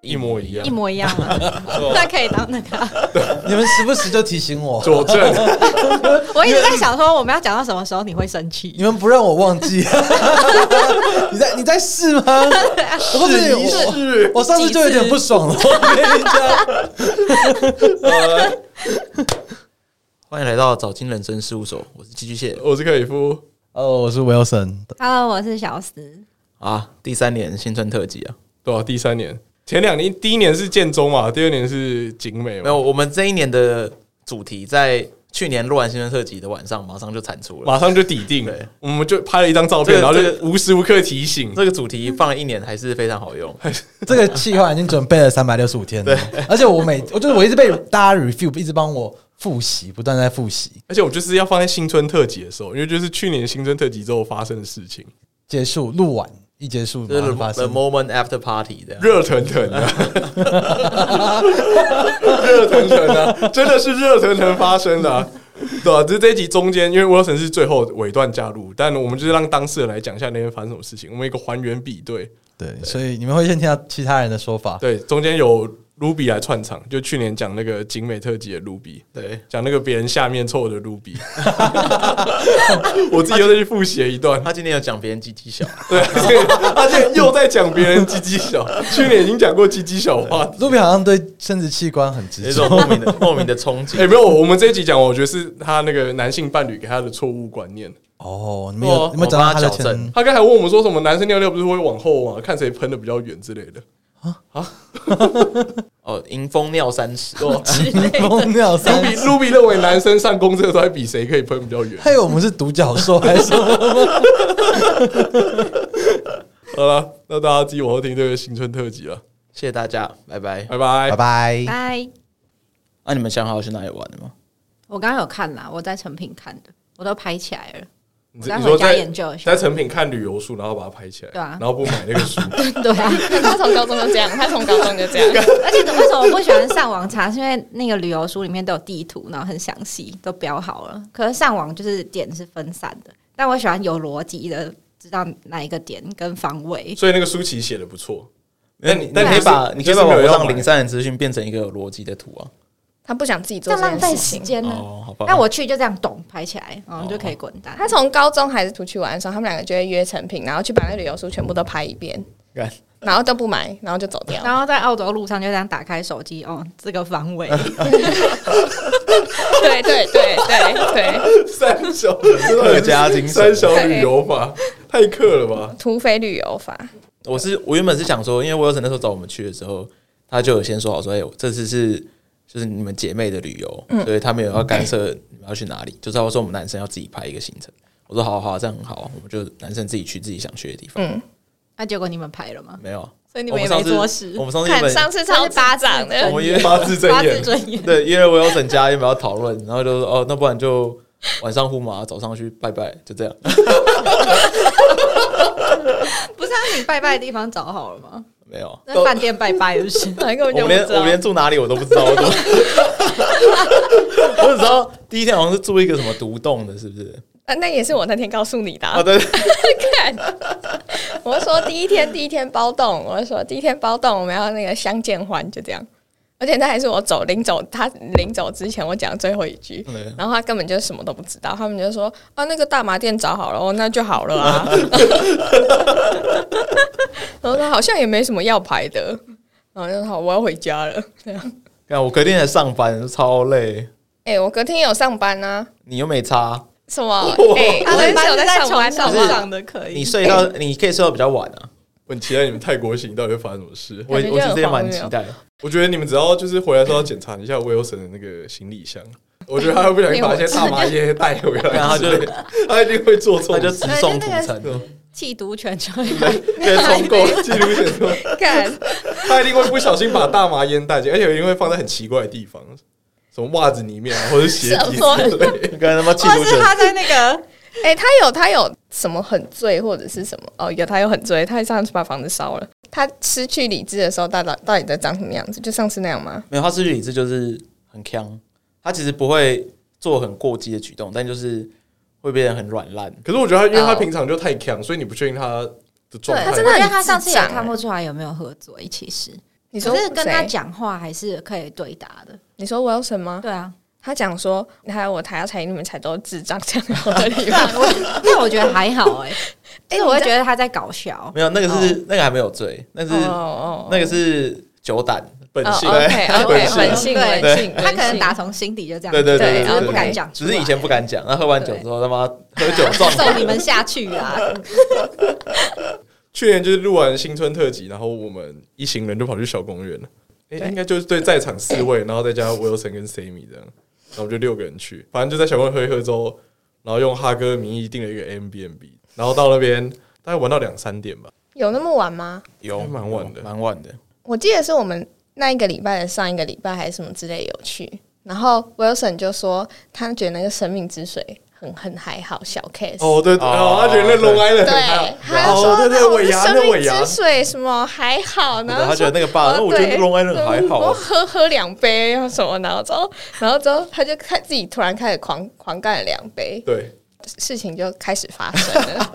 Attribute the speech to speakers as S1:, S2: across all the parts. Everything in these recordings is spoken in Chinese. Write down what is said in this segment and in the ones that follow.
S1: 一模一样
S2: 一，模一样 了，那可以当那个啊。
S3: 你们时不时就提醒我，
S1: 佐证
S2: 我一直在想说，我们要讲到什么时候你会生
S3: 你
S2: 气？
S3: 们不让我忘 记。你在你在试吗？
S2: 啊
S3: 或者
S1: 是
S3: 我
S1: 一是
S3: 我上次就有点不爽了，我跟你讲，
S4: 欢迎来到早金人生事务所，我是寄居蟹
S1: 我是可以夫，
S3: 哦，我是 Wilson，
S2: Hello，我是小思。
S4: 啊，第三年新春特辑啊，
S1: 对啊，第三年，前两年第一年是建中嘛，第二年是景美
S4: 没
S1: 嘛，
S4: 有，我们这一年的主题在去年录完新春特辑的晚上马上就产出了，
S1: 马上就抵定
S4: 对，
S1: 我们就拍了一张照片，
S4: 这
S1: 然
S4: 个
S1: 后就无时无刻提醒，
S4: 这个主题放了一年还是非常好用，
S3: 这个计划已经准备了三百六十五天了，而且我每我就是我一直被大家 review，一直帮我复习，不断在复习。
S1: 而且我就是要放在新春特辑的时候，因为就是去年新春特辑之后发生的事情，
S3: 结束录完一结束
S4: 就是
S3: 马上发
S4: the
S3: 生，
S4: moment after party 这样。
S1: 热腾腾的， 热腾腾的，真的是热腾腾发生的啊、对啊，只是这一集中间，因为 Wilson 是最后尾段加入，但我们就是让当事人来讲一下那天发生什么事情，我们有一个还原比对。
S3: 对，所以你们会先听到其他人的说法。
S1: 对，中间有 Ruby 来串场，就去年讲那个景美特辑的 Ruby，
S4: 对，
S1: 讲那个别人下面臭的 Ruby，我自己又再去复习了一段。
S4: 他今天有讲别人鸡鸡小，
S1: 对， 他现在又在讲别人鸡鸡小，去年已经讲过鸡鸡小话题。
S3: 卢比好像对生殖器官很
S4: 有
S3: 执
S4: 一
S3: 着
S4: 种，莫名的莫名的憧
S1: 哎、
S4: 憬。
S1: 没有，我们这一集讲，我觉得是他那个男性伴侣给他的错误观念。
S3: 哦，你们有
S4: 我
S3: 你们找到他的
S4: 我帮他矫正
S3: 前
S1: 他刚才问我们说什么，男生尿尿不是会往后嘛，看谁喷的比较远之类的。
S4: 哦，迎风尿三尺，
S3: 蜂鸟三
S1: Ruby Ruby 认为男生上公厕都在比谁可以喷比较远。
S3: 嘿，我们是独角兽还是什么？
S1: 好了，那大家自己往后听这个新春特辑了，
S4: 谢谢大家，拜拜。
S1: 拜拜
S3: 拜。拜。
S2: 拜。
S4: 那、你们想好去哪里玩了吗？
S2: 我刚刚有看啦，我在成品看的，我都拍起来 了。
S1: 你
S2: 我
S1: 这
S2: 再
S1: 你
S2: 回
S1: 说
S2: 家
S1: 在
S2: 研究一下
S1: 在成品看旅游书，然后把它拍起来，
S2: 对啊
S1: 然后不买那个书，
S2: 对啊，
S5: 他从高中就这样，他从高中就这样。
S2: 而且为什么我不喜欢上网查？是因为那个旅游书里面都有地图，然后很详细，都标好了。可是上网就是点是分散的，但我喜欢有逻辑的，知道哪一个点跟方位。
S1: 所以那个书其实写的不错。
S4: 那你
S1: 那
S4: 那
S1: 你
S4: 可以把
S1: 就是
S4: 你可以
S1: 就是
S4: 把
S1: 没有
S4: 网络
S1: 要
S4: 上
S1: 买
S4: 零散的资讯变成一个有逻辑的图啊。
S5: 他不想自己
S2: 这
S5: 做
S2: 样
S5: 这
S2: 浪
S5: 件
S2: 费
S5: 事
S2: 时
S5: 情。
S2: 间呢、啊
S4: 哦好吧
S2: 那我去就这样懂拍起来，然后就可以滚蛋。
S5: 他从高中还是出去玩的时候，他们两个就会约成品，然后去把那旅游书全部都拍一遍，
S4: 干
S5: 然后都不买，然后就走掉。
S2: 然后在澳洲路上就这样打开手机，哦，这个方位，
S5: 对对对对对，
S1: 三小客
S4: 家精神
S1: 三小旅游法太克了吧？
S5: 土匪旅游法，
S4: 我是我原本是想说，因为我有那时候找我们去的时候，他就有先说好说，哎、我这次是就是你们姐妹的旅游，
S5: 嗯
S4: 所以他们有要干涉你们要去哪里，就是他说我们男生要自己排一个行程。我说好啊好啊，这样很好啊，我们就男生自己去自己想去的地方。
S5: 嗯，
S2: 那、啊结果你们拍了吗？
S4: 没有啊，
S2: 所以
S4: 我们上次我们上次原
S5: 看上
S4: 本
S5: 次超巴掌的
S4: 我，们约
S1: 八字真
S2: 八字
S1: 言，
S2: 尊严。
S4: 对约了我有整家原本要讨论，然后就说哦，那不然就晚上互马，早上去拜拜，就这样。
S2: 不是啊，你拜拜的地方找好了吗？
S4: 没有啊，
S2: 在饭店拜拜是不 是？
S5: 哪一个
S4: 我
S5: 我就
S4: 们连
S5: 不知
S4: 我们
S5: 道。
S4: 连住哪里我都不知道，我都 我只知道第一天好像是住一个什么独栋的，是不是？
S5: 啊，那也是我那天告诉你的、啊
S4: 啊，。对，
S5: 看，我就说第一天第一天包栋，我就说第一天包栋，我们要那个相见欢，就这样。而且那还是我走临走，他临走之前我讲最后一句，
S4: 嗯
S5: 然后他根本就什么都不知道，他们就说啊那个大麻店找好了，哦那就好了啊。 然后说好像也没什么要排的，然后就说好我要回家了。这样，
S4: 看我隔天才上班，超累，
S5: 哎、我隔天有上班啊，
S4: 你又没差，
S5: 什么？哎、我也是有在上班的好
S2: 床
S5: 不好
S2: 上的可
S4: 你
S2: 以。
S4: 睡到你可以睡到比较晚啊。
S1: 我很期待你们泰国行到底会发生什么事。
S4: 我
S5: 感觉就
S4: 我其实也
S5: 很荒
S4: 蛮
S5: 谬
S4: 期待的，
S1: 我觉得你们只要就是回来之后检查一下 Wilson 的那个行李箱，我觉得他会不小心把一些大麻叶带回来，
S4: 然后啊他就
S1: 之类的他一定会做错
S4: 那就
S1: 事。
S4: 直送土城，
S2: 弃毒犬就会
S4: 对，冲过
S1: 记录显说，
S5: 干
S1: 他一定会不小心把大麻烟带进，而且一定会放在很奇怪的地方，什么袜子里面啊，或者是鞋底之类的。
S4: 跟他妈气
S2: 或
S4: 土
S2: 是
S4: 城，
S2: 他在那个
S5: 哎、他有他有什么很醉或者是什么？哦，有他有很醉，他上次把房子烧了。他失去理智的时候，到底到底在长什么样子？就上次那样吗？
S4: 没有，他失去理智就是很强，他其实不会做很过激的举动，但就是会变得很软烂。
S1: 可是我觉得他，因为他平常就太强，所以你不确定他的状态。
S5: 他真的
S2: 因为
S5: 很
S2: 他上次也
S5: 智障
S2: 看不出来有没有喝醉，其实
S5: 你
S2: 可
S5: 说
S2: 是跟他
S5: 谁，
S2: 讲话还是可以对答的。
S5: 你说 Wilson 吗？
S2: 对啊，
S5: 他讲说，还有我台下才你们才都是智障这样的 理由。
S2: 啊那我觉得还好 哎、欸，哦
S5: 哎
S2: 就我会
S5: 你在
S2: 觉得他在搞笑。
S4: 没有，那个是、那个还没有醉，那是、
S5: 哦
S4: 那个是酒胆，
S1: 本性。
S5: 哦，OK
S1: 本
S5: OK，
S1: 性
S5: 本性
S2: 对
S5: 本性，
S2: 他可能
S5: 本性
S2: 打从心底就这样，
S1: 对对对
S5: 对哦
S2: 然后
S5: 对
S2: 不敢
S5: 对
S2: 讲出
S4: 只
S2: 来，
S4: 是以前不敢讲，那喝完酒之后他妈喝酒撞
S2: 送你们下去啊！
S1: 去年就是录完新春特辑，然后我们一行人就跑去小公园了。哎、
S5: 对
S1: 应该就是对在场四位，然后再加 Wilson 跟 Sammy 这样，然后我们就六个人去，反正就在小公园喝一喝之后，然后用哈哥的名义订了一个 M B N B，然后到那边大概玩到两三点吧。
S5: 有那么晚吗？
S4: 有
S1: 还蛮晚的
S4: 蛮晚的。
S5: 我记得是我们那一个礼拜的上一个礼拜还是什么之类有去，然后 Wilson 就说他觉得那个生命之水很很还好小 case。
S1: 哦，对，
S4: 哦
S1: 哦，他觉得那 Long Island
S5: 对
S1: 很好，，
S5: 他就
S1: 哦
S5: 说
S1: 对对
S5: 那我
S1: 尾
S5: 是
S1: 牙
S5: 生
S1: 那尾
S5: 命
S1: 牙
S5: 之水什么还好，然
S4: 然后
S5: 后
S4: 他觉得那个爸，
S5: 哦
S4: 那我觉得
S5: 对
S4: Long Island 还好
S5: 我
S4: 啊。
S5: 喝喝两杯然后什么，然后之后，然后之后他就看自己突然开始狂狂干了两杯，
S1: 对，
S5: 事情就开始发生了，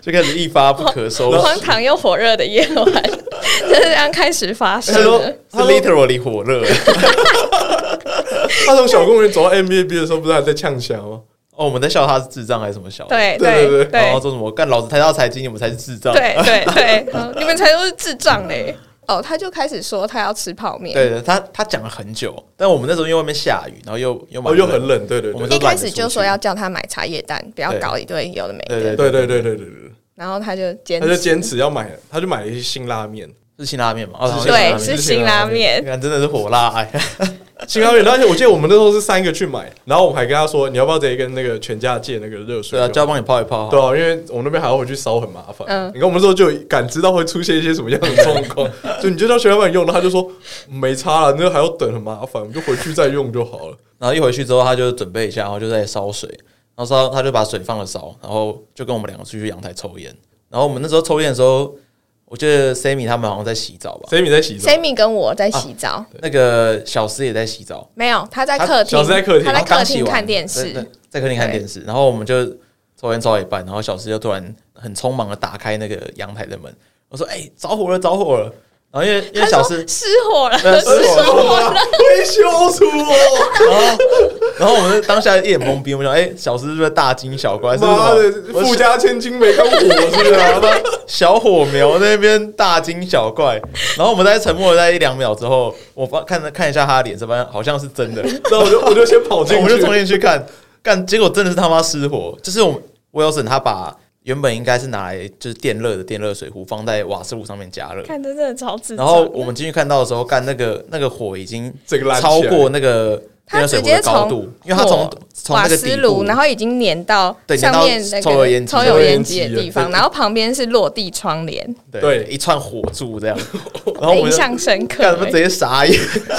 S4: 就开始一发 不可收拾，
S5: 荒唐又火热的夜晚 就是这样开始发生
S4: 他说
S5: 了。
S4: 是 literally 火热。
S1: 他从小公园走到 M B N B 的时候，不是还在呛虾吗？
S4: 哦，我们在笑他是智障还是什么笑？，
S5: 对
S1: 对对
S5: 对
S4: 然后说什么干老子台大财经，你们才是智障。
S5: 对对对，然后你们才都是智障嘞！哦，他就开始说他要吃泡面，
S4: 对对，他他讲了很久，但我们那时候因为外面下雨，然后又又蛮
S1: 哦，又很，冷，对对
S4: 我
S1: 对
S4: 们，
S5: 一
S4: 都
S5: 开
S4: 懒得
S5: 始
S4: 出
S5: 就
S4: 去
S5: 说要叫他买茶叶蛋，不要
S4: 对
S5: 搞一堆有的没
S4: 对对
S5: 的，
S1: 对对对对对对，
S5: 然后他就坚
S1: 他就
S5: 持，
S1: 坚持要买，他就买了一些辛拉面，
S4: 是辛拉面嘛？哦，
S1: 是
S4: 然
S5: 对
S4: 后
S1: 是
S5: 吃
S1: 辛
S5: 辛
S1: 拉
S5: 拉
S4: 你
S5: 面，
S4: 看真的是火辣哎，
S1: 辛拉面，而且我记得我们那时候是三个去买，然后我们还跟他说，你要不要直接跟那个全家借那个热水
S4: 对啊，
S1: 就好？
S4: 就要帮你泡一泡。
S1: 对啊，因为我们那边还要回去烧，很麻烦。
S5: 嗯
S1: 你看我们那时候就感知到会出现一些什么样的状况，就你就让学长帮你用，然后他就说没差了，那还要等，很麻烦，我们就回去再用就好了。
S4: 然后一回去之后，他就准备一下，然后就在烧水，然后烧他就把水放了烧，然后就跟我们两个出去阳台抽烟。然后我们那时候抽烟的时候，我记得 Sammy 他们好像在洗澡吧，
S1: Sammy 在洗澡，
S5: Sammy 跟我在洗澡，
S4: 那个小诗也在洗澡，
S5: 没有，他在
S4: 啊他
S5: 客厅，
S1: 小时在客厅
S5: 他在
S4: 然后哦刚
S5: 客
S4: 洗
S5: 厅
S4: 完
S5: 看电
S4: 对
S5: 视
S4: 对，在客厅看电视。然后我们就抽烟抽到一半，然后小诗就突然很匆忙的打开那个阳台的门，我说：“哎、着火了，着火了！”然后因为因
S5: 他
S4: 为小
S5: 说
S4: 诗，
S5: 失火了，
S4: 呃
S5: 失
S4: 失
S1: 火
S5: 火
S1: 了哎
S5: 了，
S1: 会羞耻我，
S4: 然后然后我们当下一脸懵逼，我们想：“哎、小诗是不是大惊小怪？是不是
S1: 妈
S4: 什
S1: 的，
S4: 么
S1: 富家千金没看火是不是 啊？他
S4: 小火苗那边大惊小怪，然后我们在沉默了在一两秒之后，我发看看一下他的脸色，发现好像是真的，然
S1: 然后我就我就先跑
S4: 后
S1: 进
S4: 我
S1: 去，
S4: 们就冲进去看，干，结果真的是他妈失火，就是我们 Wilson 他把原本应该是拿来就是电热的电热水壶放在瓦斯炉上面加热，
S5: 看这真的超智
S4: 然
S5: 障
S4: 后。我们进去看到的时候，干那个那个火已经
S1: 这个烂
S4: 超过那个电热水壶的高度，因为它从
S5: 火
S4: 从
S5: 瓦
S4: 那个
S5: 斯
S4: 底
S5: 炉，
S4: 部，
S5: 然后已经粘到
S4: 对粘
S5: 上
S4: 到
S5: 面那个
S4: 抽油烟机
S5: 抽
S1: 抽
S5: 油
S1: 油
S5: 烟
S1: 烟
S5: 机
S1: 机
S5: 的
S1: 了
S5: 地方，
S1: 对
S5: 然后旁边是落地窗帘，
S4: 对
S1: 对
S4: 一串火柱这 样，然后我
S5: 印
S4: 们就
S5: 象深刻、
S4: 干什么直
S5: 欸。
S4: 接傻眼。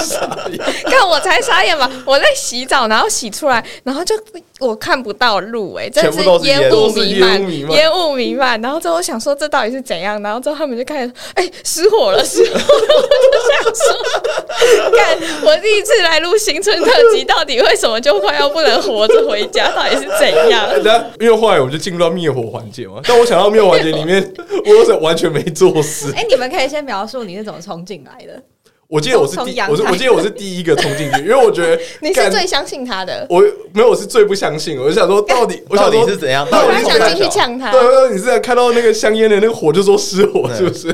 S5: 看我才傻眼吧！我在洗澡，然后洗出来，然后就我看不到路、欸，哎，真的
S4: 全部都是
S5: 烟雾弥
S1: 都是烟雾弥
S5: 漫，
S1: 漫
S5: 烟雾弥漫。然后之后我想说这到底是怎样？然后之后他们就开始，哎、失火了，失火了！ 我就想说，看我第一次来录新春特辑，到底为什么就快要不能活着回家？到底是 怎样？
S1: 但因为后来我们就进入到灭火环节嘛，但我想到灭火环节里面，我有点完全没做事。
S2: 哎、你们可以先描述你是怎么冲进来的。
S1: 我记得我是第
S2: 从，阳台
S1: 我是我记得我是第一个冲进去，因为我觉得
S5: 你是
S1: 干
S5: 最相信他的，
S1: 我没有，我是最不相信，我就想说到底，我
S4: 到
S1: 想
S4: 底
S1: 说
S4: 是怎样？
S5: 我
S1: 我
S5: 本来
S1: 还
S5: 想进去呛他
S1: 啊对，，我说你是在看到那个香烟的那个火就说失火，是不是？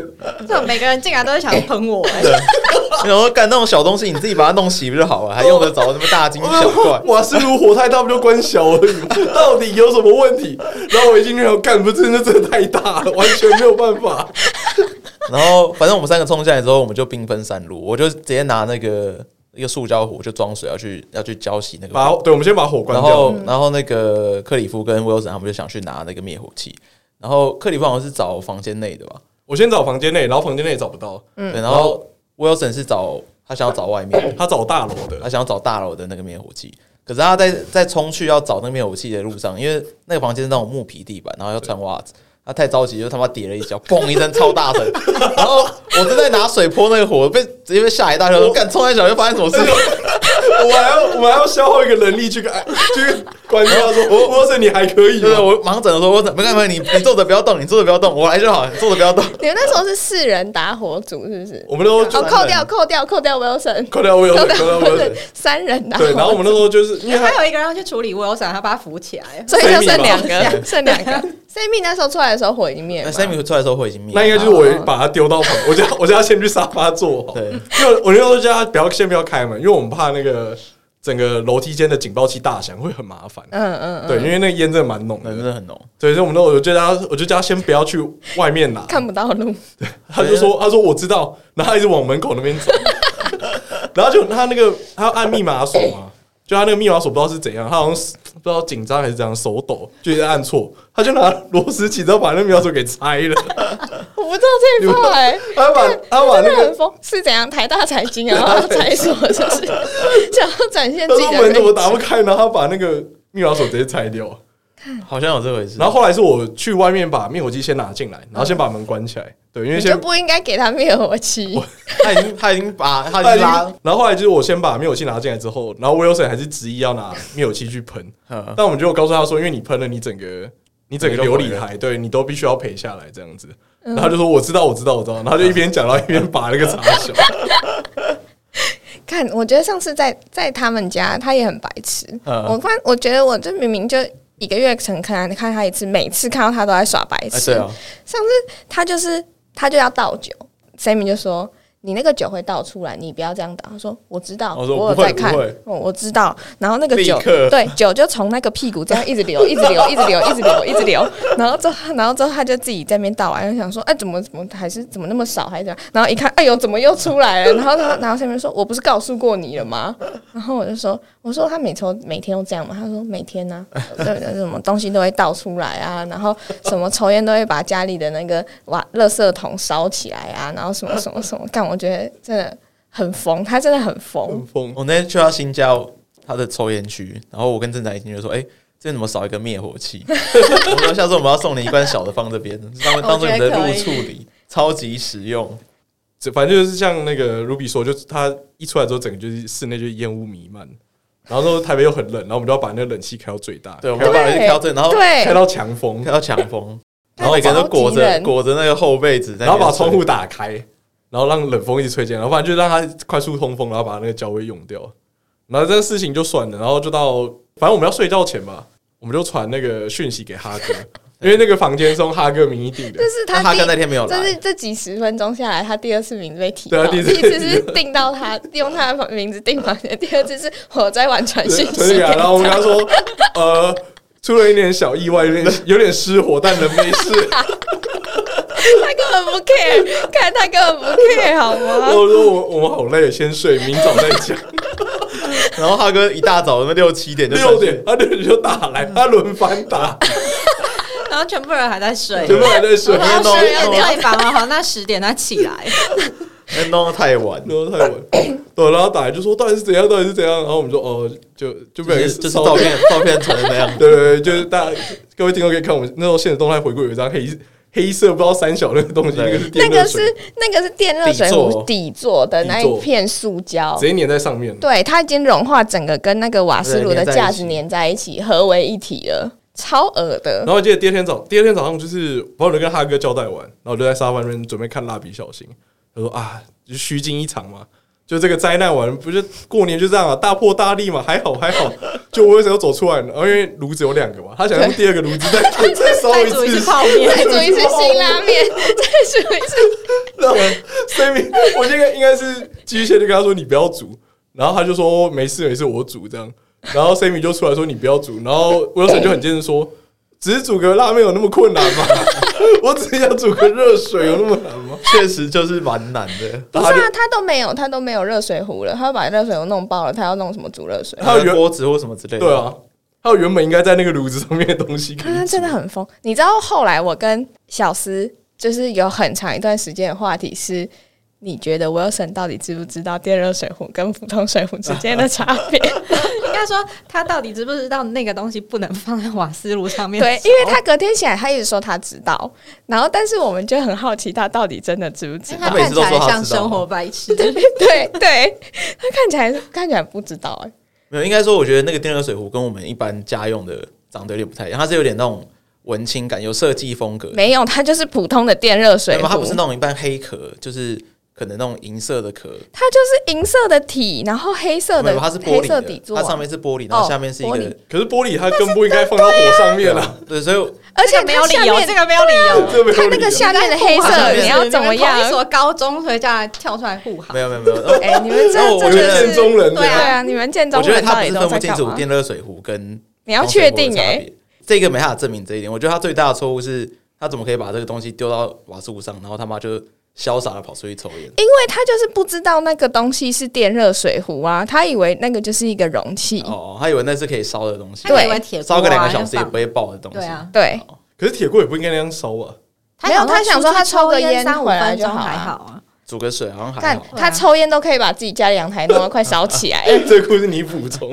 S2: 这种每个人进来都是想喷我、哎
S4: 对， 然后干那种小东西，你自己把它弄洗不就好了？还用得着那么 大惊 小怪？
S1: 瓦斯炉火太大，不就关小而已吗？到底有什么问题？然后我一进去，我干，不是，那真的太大了，完全没有办法。
S4: 然后反正我们三个冲下来之后，我们就兵分三路，我就直接拿那个一个塑胶壶就装水要去要去浇洗那个
S1: 把
S4: 火，
S1: 对，我们先把火关
S4: 然
S1: 掉。
S4: 后然后那个克里夫跟威尔森他们就想去拿那个灭火器，然后克里夫好像是找房间内的吧，
S1: 我先找房间内，然后房间内也找不到，
S4: 对，然后威尔森是找他想要找外面，
S1: 他找大楼
S4: 他
S1: 的。
S4: 想要找大楼的那个灭火器。可是他在在冲去要找那个灭火器的路上，因为那个房间是那种木皮地板，然后要穿袜子，他太着急就他妈跌了一跤，砰一声超大声， 然后我正在拿水泼那个火，被直接被吓一大跳，说干冲太小就发生什么事？
S1: 我还要我们还要消耗一个哎能力去 看去关注他说，我我是你还可以
S4: 就是
S1: 吗，
S4: 我忙着说，我怎么干嘛？你你坐着不要动，你坐着不要动，我来就好，你坐着不要动。
S5: 你们那时候是四人打火组是不是？
S1: 我们都
S5: 哦，
S1: 就
S4: 三人
S5: 扣掉扣掉扣掉 Wilson，
S1: 扣掉我有
S5: 扣
S1: 扣
S5: 掉
S1: 掉我有
S5: Wilson，三 人打火。
S1: 对，然后我们那时候就是因为他
S2: 还有一个人要去处理 Wilson，他把他扶起来。
S5: 所以就剩
S1: Sammy 吧
S5: 两 个，剩两个。Sammy 那时候出来的时候火已经灭
S4: 那
S5: 了嘛。
S4: Sammy 出来的时候会已经灭了，
S1: 那应该就是我把他丢到旁，我叫 我叫他先去沙发坐好，
S4: 对
S1: 因为我那时候叫他不要先不要开门，因为我们怕那个整个楼梯间的警报器大响会很麻烦。
S5: 嗯嗯嗯，
S1: 对，因为那个烟真的蛮浓
S4: 那真
S1: 的，
S4: 的很浓。
S1: 对，所以我们都我就叫他，我就叫他先不要去外面拿，
S5: 看不到路，
S1: 他就说他说我知道，然后他一直往门口那边走，然后就他那个他要按密码锁嘛，就他那个密码锁不知道是怎样，他好像是不知道紧张还是怎样，手抖就一直按错，他就拿螺丝起，然后把那个密码锁给拆了，
S5: 我不知道这一块、欸。
S1: 他把他把那
S5: 真的
S1: 个
S5: 很疯，是怎样？台大财 经啊，然后才说就是想要展现
S1: 他
S5: 自己
S1: 说
S5: 的
S1: 门怎么
S5: 人
S1: 打不开，然后他把那个密码锁直接拆掉。
S4: 好像有这回事。
S1: 然后后来是我去外面把灭火器先拿进来，然后先把门关起来。对，因为
S5: 你就
S1: 先
S5: 不应该给他灭火器。
S4: 他已经他已经把他已经拉，
S1: 然后后来就是我先把灭火器拿进来之后，然后 Wilson 还是执意要拿灭火器去喷，
S4: 嗯
S1: 但我们就告诉他说，因为你喷了，你整个你整个
S4: 你就
S1: 琉
S4: 毁
S1: 璃
S4: 了
S1: 台，对你都必须要赔下来这样子。然后他就说我知道，我知道，我知道。然后他就一边讲，然后一边把那个插小。
S5: 看，我觉得上次在在他们家，他也很白痴。
S4: 嗯
S5: 我看，我觉得我这明明就一个月可能看他看他一次，每次看到他都在耍白
S4: 哎
S5: 痴。
S4: 对啊，
S5: 上次他就是他就要倒酒，Sammy 就说。你那个酒会倒出来，你不要这样倒。他说：“我知道，
S1: 哦我说
S5: 有
S1: 不会
S5: 在看哦
S1: 不会，
S5: 我我知道。”然后那个
S4: 立
S5: 酒，
S4: 刻
S5: 对酒就从那个屁股这样一 直流，一直流，一直流，一直流，一直流。然后之后，然后之后他就自己在那边倒完，就想说：“哎，怎么怎么还是怎么那么少，还是怎样？”然后一看，哎呦，怎么又出来了？然后他，然后 Sammy 说：“我不是告诉过你了吗？”然后我就说：“我说他每周每天都这样嘛。”他说：“每天呢、啊，对什么东西都会倒出来啊，然后什么抽烟都会把家里的那个瓦垃圾桶烧起来啊，然后什么什么什么干，我觉得真的很疯，他真的很疯。
S1: 疯，
S4: 我那天去他新家他的抽烟区，然后我跟郑仔一进去就说：“哎、这边怎么少一个灭火器？” 我说：“下次我们要送你一罐小的放这边，当
S5: 哦
S4: 当做你的路处理，超级实用。
S1: 这反正就是像那个 Ruby 说，就是他一出来之后，整个就是室内就是烟雾弥漫，然后说台北又很冷，然后我们就要把那个冷气开到最大，”
S4: 对，我
S1: 开
S4: 们
S1: 到
S4: 就把人调整，然后
S1: 开
S5: 对，
S1: 到强风
S4: 开，到强风，
S5: 他
S4: 然后每个人都裹
S5: 超级
S4: 着
S5: 冷
S4: 裹着那个厚被子在
S1: 然
S4: 那边
S1: 后把
S4: 吹，
S1: 窗户打开，然后让冷风一直吹进来，然后反正就让它快速通风，然后把那个焦味用掉。然后这个事情就算了，然后就到反正我们要睡觉前吧，我们就传那个讯息给哈 哥，因为那个房间是用哈哥名义订的
S5: 这。是
S4: 但
S5: 他
S4: 哈
S5: 第
S4: 哥那天没有
S5: 这是
S4: 来，
S5: 这几十分钟下来，他第二次名字被提
S1: 啊对
S5: 到，
S1: 啊
S5: 第
S1: 第
S5: 一
S1: 一次
S5: 次是定到他，用他的名字定房间，第二次是我在玩传讯息
S1: 以
S5: 给
S1: 啊，然后我们跟
S5: 他
S1: 他说，呃，出了一点小意外，有点有点失火，但人没事。
S5: 他根本不 care，看他根本不 care 好
S1: 然
S5: 吗？
S1: 后我说我我们好累，先睡，明早再 讲。
S4: 然后哈哥一大早那么六七点就
S1: 六点，他六点就打来，他轮番打，
S2: 然后全部人还在睡，
S1: 全部还在睡
S2: 然，后
S4: 弄
S2: 十二
S4: 弄
S2: 点退房啊了，好，那十点他起来，
S4: 那弄到太晚，
S1: 然后太 晚，对，然后打来就说到底是怎样，到底是怎样，然后我们说哦，就就不
S4: 就
S1: 小心
S4: 是就是
S1: 烧
S4: 照片照片传成那样。
S1: 对对对，就是大家各位听众可以看我们那时候现实动态回顾有一张黑黑色不知道三小那个东西，那
S4: 对
S1: 个是电热
S5: 那个
S1: 水
S5: 是那个是电热水
S4: 底
S5: 壶
S4: 座
S5: 底座的那一片塑胶
S1: 直，接粘在上面，
S5: 对，它已经融化，整个跟那个瓦斯炉的架子
S4: 对
S5: 粘在一起，合为一体了，超恶的
S1: 然。后我记得第二天早，第二天早上就是把我就跟哈哥交代完，然后我就在沙发那边准备看《蜡笔小新》，他说啊，就虚惊一场嘛，就这个灾难完，不是过年就这样啊，大破大立嘛，还好还 好。就我为什么要走出来呢？然后因为炉子有两个嘛，他想用第二个炉子再 再烧
S2: 再
S1: 一
S2: 煮一
S1: 次
S2: 次。泡面。
S5: 再煮一次辛拉 面，再煮一次，
S1: 然后 Sammy，我应该应该是机械就跟他说你不要煮，然后他就说没事没事，我煮这样。然后 Sammy 就出来说你不要煮，然后 Wilson 就很坚持说，只是煮个拉面有那么困难吗？ 我只是想煮个热水，有那么难吗？
S4: 确实就是蛮难的。
S5: 不是啊，他都没有，他都没有热水壶了，他把热水壶弄爆了，他要弄什么煮热 水？
S1: 他
S4: 还
S1: 有
S4: 有锅子或什么之类的。
S1: 对啊，还有原本应该在那个炉子上面的东西可以
S5: 他啊真的很疯。你知道后来我跟小思就是有很长一段时间的话题是，你觉得 Wilson 到底知不知道电热水壶跟普通水壶之间的差别？因
S2: 该说他到底知不知道那个东西不能放在瓦斯炉上面？
S5: 对，因为他隔天起来，他一直说他知道，然后但是我们就很好奇他到底真的知不知
S2: 因为他
S5: 道
S4: 他。每
S2: 看
S4: 次
S2: 起
S4: 都说
S2: 来
S4: 他
S2: 像
S4: 知道
S2: 生活白痴，
S5: 对对，他看起来看起来不知道哎、
S4: 没有，应该说我觉得那个电热水壶跟我们一般家用的长得有点不太一样，它是有点那种文青感，有设计风格。
S5: 没有，他就是普通的电热水
S4: 没
S5: 壶，
S4: 有它不是那种一般黑壳，就是可能那种银色的壳，
S5: 它就是银色的体，然后黑色
S4: 没
S5: 的
S4: 有它是玻
S5: 黑
S4: 璃
S5: 色
S4: 的，
S5: 底座啊，
S4: 它上面是玻璃，然后下面是一
S5: 玻
S4: 个
S5: 璃
S1: 可是玻璃它更不应该放到火上面啊了，
S4: 对，所以
S5: 而且
S2: 这个没有
S5: 它下
S2: 理由，
S5: 面
S2: 这个没有理由。
S1: 这没有
S5: 它
S1: 理
S5: 那
S1: 由
S5: 个下面的黑色，你要怎么
S2: 一
S5: 样？啊
S2: 所高中，所以叫他跳出来护航
S4: 没。有没有没有，然后
S5: 哎、你们这
S4: 然后我
S5: 真
S1: 我觉得
S5: 的
S1: 正
S5: 是
S1: 宗人
S5: 对
S2: 对
S5: 啊，你们建中
S4: 我觉得
S5: 人到
S4: 他不
S5: 底
S4: 是
S5: 都
S4: 分不
S5: 在
S4: 清
S5: 干
S4: 楚
S5: 嘛？
S4: 电热水壶跟
S5: 你要确定
S4: 哎、
S5: 哎、
S4: 这个没办法证明这一点。我觉得他最大的错误是他怎么可以把这个东西丢到瓦斯炉上，然后他妈就潇洒的跑出去抽烟。
S5: 因为他就是不知道那个东西是电热水壶啊，他以为那个就是一个容器。
S4: 哦，他以为那是可以烧的东西
S5: 哎
S2: 他，以为铁锅啊
S4: 烧个两个小时也
S2: 要
S4: 不
S2: 放
S4: 会爆的东西。
S2: 对啊，
S4: 哦
S5: 对，
S1: 可是铁锅也不应该那样烧啊。
S5: 没有他想说他抽个
S2: 出去
S5: 烟
S2: 三五
S5: 回来
S2: 分
S5: 就
S2: 钟
S5: 好啊
S2: 还好啊。
S4: 煮个水好像还
S5: 看
S4: 好，
S5: 他抽烟都可以把自己家阳台弄得快烧起来。哎
S1: 这个故事你补 充，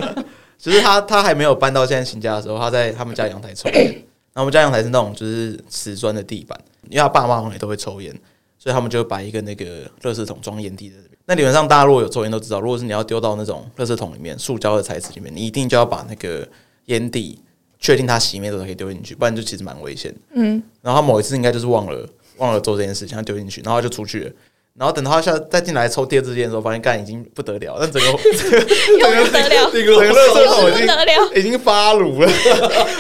S4: 只是他他还没有搬到现在新家的时候，他在他们家阳台抽烟。那我们家阳台是那种就是瓷砖的地板，因为他爸妈好像也都会抽烟，所以他们就摆一个那个垃圾桶装烟蒂在这边。那理论上大家如果有抽烟都知道，如果是你要丢到那种垃圾桶里面，塑胶的材质里面，你一定就要把那个烟蒂确定它熄灭之后才可以丢进去，不然就其实蛮危险的。
S5: 嗯，
S4: 然后他某一次应该就是忘了忘了做这件事情，他丢进去，然后他就出去了。然后等他下再进来抽第二支烟的时候，发现干已经不得了，但整个
S5: 又不得 了，
S1: 这个
S4: 整个垃圾
S5: 又
S4: 桶已
S5: 不
S4: 经
S5: 得了。
S4: 已经发炉了，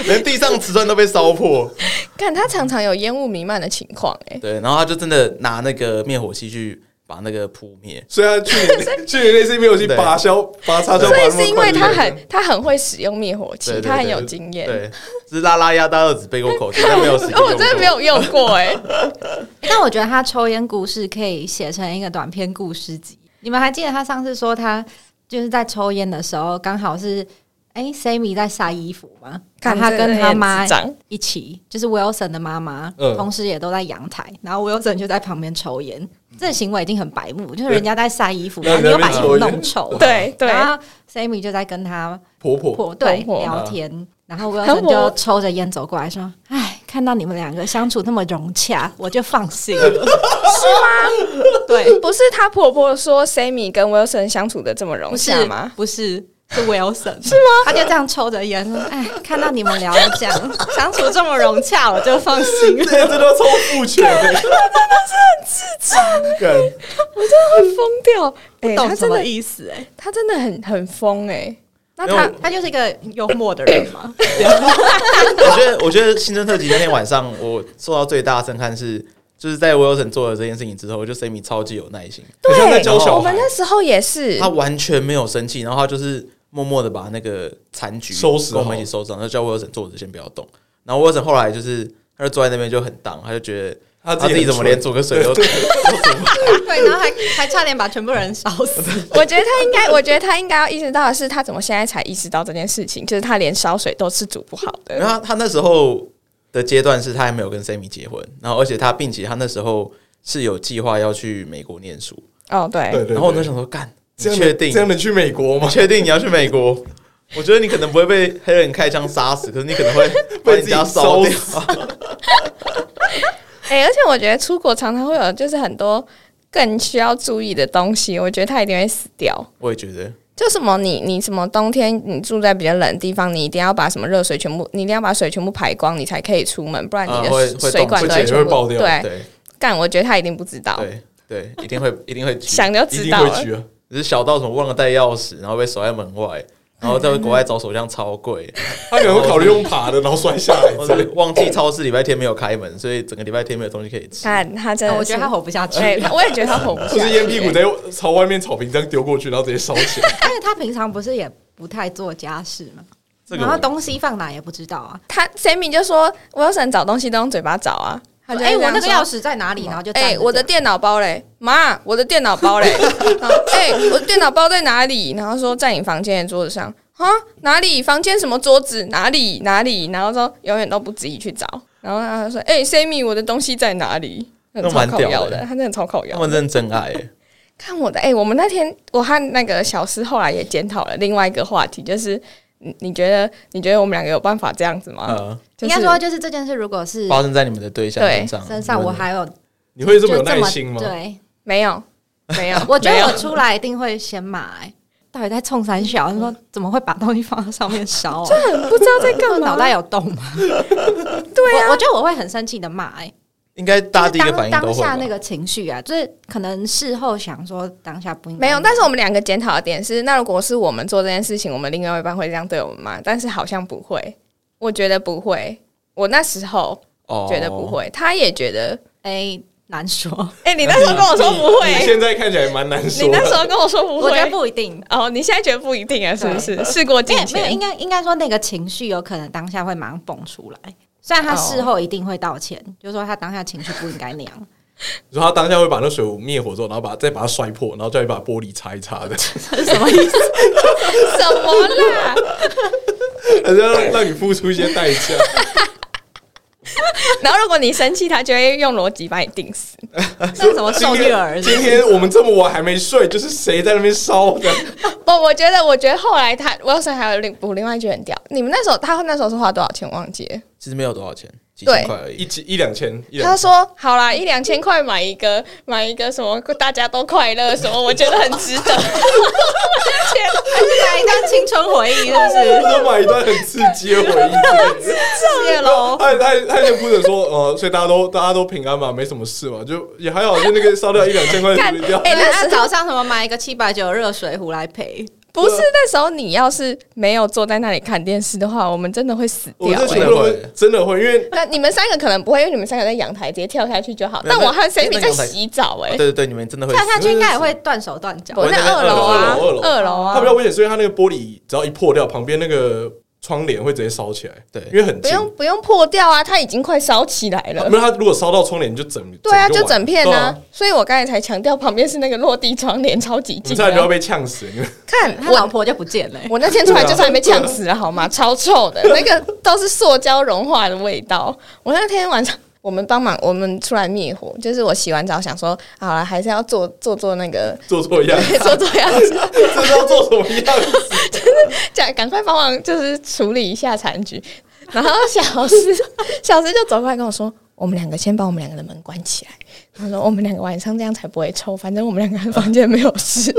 S4: 连地上瓷砖都被烧破。
S5: 看他常常有烟雾弥漫的情况、哎，
S4: 对，然后他就真的拿那个灭火器去把那个扑灭。
S1: 虽然去 年去年那次没有去
S4: 对
S1: 拔销拔插销，
S5: 所以
S1: 拔那么
S5: 是因
S1: 快
S5: 为
S1: 就
S5: 他
S1: 没有
S5: 很他很会使用灭火器，
S4: 对对
S5: 他很
S4: 对
S5: 有
S4: 对
S5: 经验。
S4: 对，只是拉拉鸭大家都只背过 口诀，但没有实际用
S5: 哦，
S4: 过
S5: 我真的没有用过 哎、
S2: 欸但我觉得他抽烟故事可以写成一个短篇故事集。你们还记得他上次说他就是在抽烟的时候，刚好是哎、s a m y 在晒衣服嘛，然后他跟他妈
S5: 长，
S2: 一起，就是 Wilson 的妈妈，
S1: 嗯
S2: 同时也都在阳台，然后 Wilson 就在旁边抽烟。这行为已经很白目，就是人家在晒衣服，
S1: 对
S2: 然后你又把
S1: 那边
S2: 衣服
S1: 抽烟
S2: 弄臭。
S5: 对对，
S2: 然后 Sammy 就在跟他
S1: 婆婆，
S2: 婆对
S5: 婆婆
S2: 聊天，然后
S5: 然后
S2: Wilson
S5: 我
S2: 就抽着烟走过来说：“哎，看到你们两个相处那么融 洽，我就放心了，是吗？”对，
S5: 哎不是她婆婆说 Sammy 跟 Wilson 相处的这么融
S2: 不
S5: 洽
S2: 是
S5: 吗？
S2: 不是。是 Wilson 是吗？他就这样抽着烟说：“哎，看到你们聊得这样，相处这么融洽，我就放心了。”
S1: 这真的超父权的，真的是很智障。
S5: 会疯掉，哎、她
S2: 懂什
S5: 真
S2: 么
S5: 的
S2: 意思、哎，
S5: 她真的很很疯哎、
S2: 那
S4: 没有
S2: 他他就是一个幽默的人 嘛，
S4: 我觉得，我觉得新春特辑那天晚上，我受到最大的震撼是，就是在 Wilson 做了这件事情之后，就 Sammy 超级有耐心，
S1: 很像在
S5: 对，
S1: 教小孩
S5: 我们那时候也是
S4: 他，完全没有生气，然后他就是默默的把那个残局
S1: 收拾好
S4: 跟我们一起收拾好，然后叫 Wilson 坐着先不要动。然后 Wilson 后来就是，他就坐在那边就很荡，他就觉得
S1: 他
S4: 他自己怎么连煮个水都
S2: 对，然后还还差点把全部人烧死。
S5: 我觉得她应该， 我觉得她应该要意识到的是，她怎么现在才意识到这件事情，就是她连烧水都是煮不好的。
S4: 然后他他那时候的阶段是他还没有跟 Sammy 结婚，然后而且他并且他那时候是有计划要去美国念书，
S5: 哦，对，
S1: 对对对，
S4: 然后我就想说，干，
S1: 这
S4: 你
S1: 样的
S4: 确定
S1: 这样的去美国吗
S4: 你？确定你要去美国？我觉得你可能不会被黑人开枪杀死，可是你可能会把
S1: 被
S4: 人
S1: 自己
S4: 家烧掉。
S5: 哎、而且我觉得出国常常会有就是很多更需要注意的东西，我觉得她一定会死掉。
S4: 我也觉得，
S5: 就什么你你什么冬天你住在比较冷的地方，你一定要把什么热水全部，你一定要把水全部排光，你才可以出门，不然你
S4: 啊会
S5: 的
S4: 会
S5: 水水管
S4: 冻
S5: 都
S4: 结
S5: 全
S1: 会
S5: 部
S1: 爆掉
S5: 对，
S4: 对
S5: 干，我觉得他一定不知道，
S4: 对对，一定会一定会举。
S5: 想就
S1: 一
S5: 知
S1: 定
S5: 道
S1: 会
S5: 了。
S1: 去啊！
S4: 只是小到什么忘了带钥匙，然后被锁在门外，然后在国外找手枪超贵，
S1: 他可能会考虑用爬的，然后摔下来
S4: 或
S1: 之类
S4: 是
S1: 的。
S4: 忘记超市礼拜天没有开门，所以整个礼拜天没有东西可以吃。
S5: 看他真的是，
S2: 啊我觉得 他活不下去，
S5: 对，
S2: 而
S5: 他我也觉得 他活不
S1: 或
S5: 下
S1: 是
S5: 去。
S1: 烟屁股在朝外面草坪这样丢过去，然后直接烧起 来。
S2: 且他平常不是也不太做家事嘛，
S4: 这个
S2: 然后
S4: 我
S2: 东西放哪也不知道啊。
S5: 他 Sammy 就说我要想找东西都用嘴巴找啊。他就
S2: 哎、我那个钥
S5: 匙，
S2: 匙在哪里？然后就
S5: 哎、
S2: 站着
S5: 我的
S2: 这样
S5: 电脑包嘞，妈，我的电脑包嘞， 然后哎、我的电脑包在哪里？然后说在你房间的桌子上。啊，哪里？房间什么桌子？哪里？哪里？然后说永远都不自己去找。然后他说：“哎、s a m m y 我的东西在哪里？”
S4: 那
S5: 很超
S4: 蛮
S5: 靠
S4: 屌
S5: 腰
S4: 的
S5: 的，他真的超靠
S4: 他
S5: 腰的
S4: 们。认真爱、欸，
S5: 看我的，哎、我们那天我和那个小诗后来也检讨了另外一个话题，就是你你觉得你觉得我们两个有办法这样子吗？
S4: 嗯，
S5: 就
S2: 应
S5: 是
S2: 该说就是这件事，如果是
S4: 发生在你们的对象身上，
S2: 身上，我还有
S1: 你会这
S2: 就
S1: 么有耐
S2: 这么
S1: 心吗？
S2: 对，，
S5: 没有没有
S2: 我觉
S5: 没
S2: 得
S5: 有
S2: 我出来一定会先买、到底在冲三小？你说怎么会把东西放在上面烧、啊？
S5: 很不知道在
S2: 这
S5: 干嘛，
S2: 脑袋有洞吗？
S5: 对啊
S2: 我，我觉得我会很生气的骂、欸，
S4: 应该大家
S2: 就
S4: 第
S2: 是
S4: 一个
S2: 当
S4: 反应都
S2: 当
S4: 会吧
S2: 下那个情绪啊，就是可能事后想说当下不应该
S5: 没有，但是我们两个检讨的点是，那如果是我们做这件事情，我们另外一半会这样对我们吗？但是好像不会，我觉得不会。我那时候
S4: 哦
S5: 觉得不，会，他也觉得。
S2: 哎、难说，
S5: 哎、你那时候跟我说不
S1: 你
S5: 会，
S1: 现在看起来蛮难
S5: 你
S1: 说
S5: 那时
S1: 的。
S5: 候跟我说不
S2: 我
S5: 会
S2: 觉得，不一定。
S5: 哦，你现在觉得不一定啊，是不是？事过
S2: 没
S5: 境
S2: 有没有，
S5: 迁
S2: 应，该应该说那个情绪有可能当下会马上蹦出来，虽然他事后一定会道歉，
S1: 哦
S2: 就是说他当下情绪不应该那样，
S1: 你说他当下会把那水壶灭火之后，然后把再把它摔破，然后再把玻璃擦一擦的，
S2: 这是什么意思？
S5: 什么啦？
S1: 还是要让让你付出一些代价。
S5: 然后如果你生气，他就会用逻辑把你定死。
S2: 这是什么受虐儿
S1: 今天我们这么晚还没睡，就是谁在那边烧的？
S5: 我我觉得，我觉得后来他 Wilson 还有另补另外一句很屌，你们那时候他那时候是花多少钱？我忘记了。
S4: 其实没有多少钱，几
S5: 对
S4: 千块而
S1: 一
S4: 已。
S1: 几一两千，一两
S5: 他
S1: 千。
S5: 说：“好啦，一两千块买一个，买一个什么，大家都快乐什么，我觉得很值 得。
S2: 还是来一段青春回忆，是不
S1: 我
S2: 是？
S1: 都买一段很刺激的回 忆。
S2: 谢喽。
S1: 他他他就不能说，呃，所以大家都大家都平安嘛，没什么事嘛，就也还好，就那个烧掉一两千块
S5: 看
S1: 处理掉。
S5: 哎
S2: 哎、
S5: 那
S2: 那
S5: 时候
S2: 他早上什么买一个七百九热水壶来赔？
S5: 不是那时候你要是没有坐在那里看电视的话，我们真的会死
S1: 我
S5: 掉、
S1: 这
S5: 欸
S1: 真的会真的会，因为
S5: 那你们三个可能不会，因为你们三个在阳台直接跳下去就好。
S4: 没有
S5: 但我和
S4: 那
S5: Sammy
S4: 那
S5: 在
S4: 阳台
S5: 洗澡、
S4: 对
S5: 欸，
S1: 啊
S5: 哎、
S4: 对对，你们真的会
S2: 跳
S4: 死
S2: 下去应该也会断手断脚。
S5: 我在二楼啊，
S1: 我在二楼二楼
S5: 啊，
S1: 它比较危险，所以它那个玻璃只要一破掉，旁边那个窗帘会直接烧起来。
S4: 对
S1: 因为很
S5: 不
S1: 近。啊
S5: 用不用破掉啊，它已经快烧起来了
S1: 没。有它如果烧到窗帘，就整
S5: 对啊，
S1: 就
S5: 就
S1: 完
S5: 整片
S1: 对
S5: 啊，所以我刚才才强调旁边是那个落地窗帘，超级
S1: 你们
S5: 近、
S1: 差点就要
S5: 啊。
S1: 被呛死，你们
S5: 看
S2: 他
S5: 我
S2: 老婆就不见了、欸
S5: 我那天出来就差点被呛死了，好吗？超臭的，那个都是塑胶融化的味道。我那天晚上。我们帮忙，我们出来灭火。就是我洗完澡想说，好了，还是要做做做那个
S1: 做错样，
S5: 做做样子，
S1: 这是要做什么样子？
S5: 赶赶快帮忙，就是处理一下残局。然后小诗 小诗就走过来跟我说：“我们两个先把我们两个的门关起来。”他说：“我们两个晚上这样才不会臭，反正我们两个房间没有事。”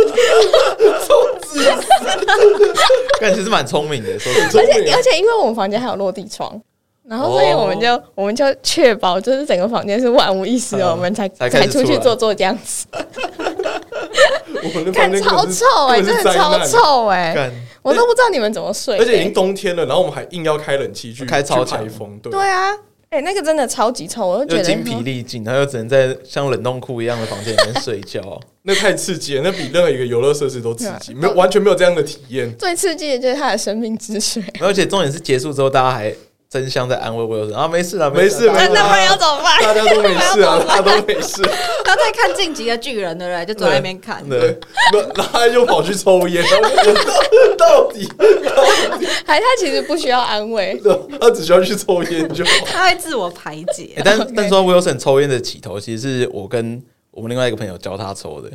S4: 但其实蛮聪明的，说 真的
S1: 而
S5: 而且因为我们房间还有落地窗，然后所以
S4: 哦
S5: 我们就、我们就确保就是整个房间是万无一失的，
S4: 嗯
S5: 我们才
S4: 才开始
S5: 出
S4: 出
S5: 去
S4: 来
S5: 做做这样子，
S1: 我们的
S5: 看
S1: 房间
S5: 超
S1: 根本是
S5: 臭哎、
S1: 根本
S5: 真
S1: 是
S5: 的
S1: 灾
S5: 超
S1: 难
S5: 臭哎、
S4: 干
S5: 我都不知道你们怎么睡、
S1: 而且已经
S5: 哎
S1: 冬天了，然后我们还硬要开冷气去
S4: 开超
S1: 去
S4: 强
S1: 排风，对
S5: 对啊，哎、那个真的超级臭，我就
S4: 又
S5: 觉得
S4: 精疲力尽，然后又只能在像冷冻库一样的房间里面睡 觉。
S1: 那太刺激了，那比任何一个游乐设施都刺
S5: 啊
S1: 激，没有完全没有这样的体验。
S5: 最刺激的就是他的生命之水。
S4: 而且重点是结束之后，大家还争相在安慰我，说啊没事了，
S1: 没事
S4: 啦
S1: 没
S5: 那
S1: 事
S5: 那不然要怎么办？
S1: 大家都没事啊，大家都没 事。
S2: 他在看《晋级的巨人》，对不对？就坐在那边看。
S1: 对，然后他就跑去抽烟，然后我就说 到底
S5: 还他其实不需要安慰，
S1: 他只需要去抽烟就好。
S2: 他会自我排解
S1: 哎
S4: 欸、。但但说 Wilson 抽烟的起头，其实是我跟我们另外一个朋友教他抽的。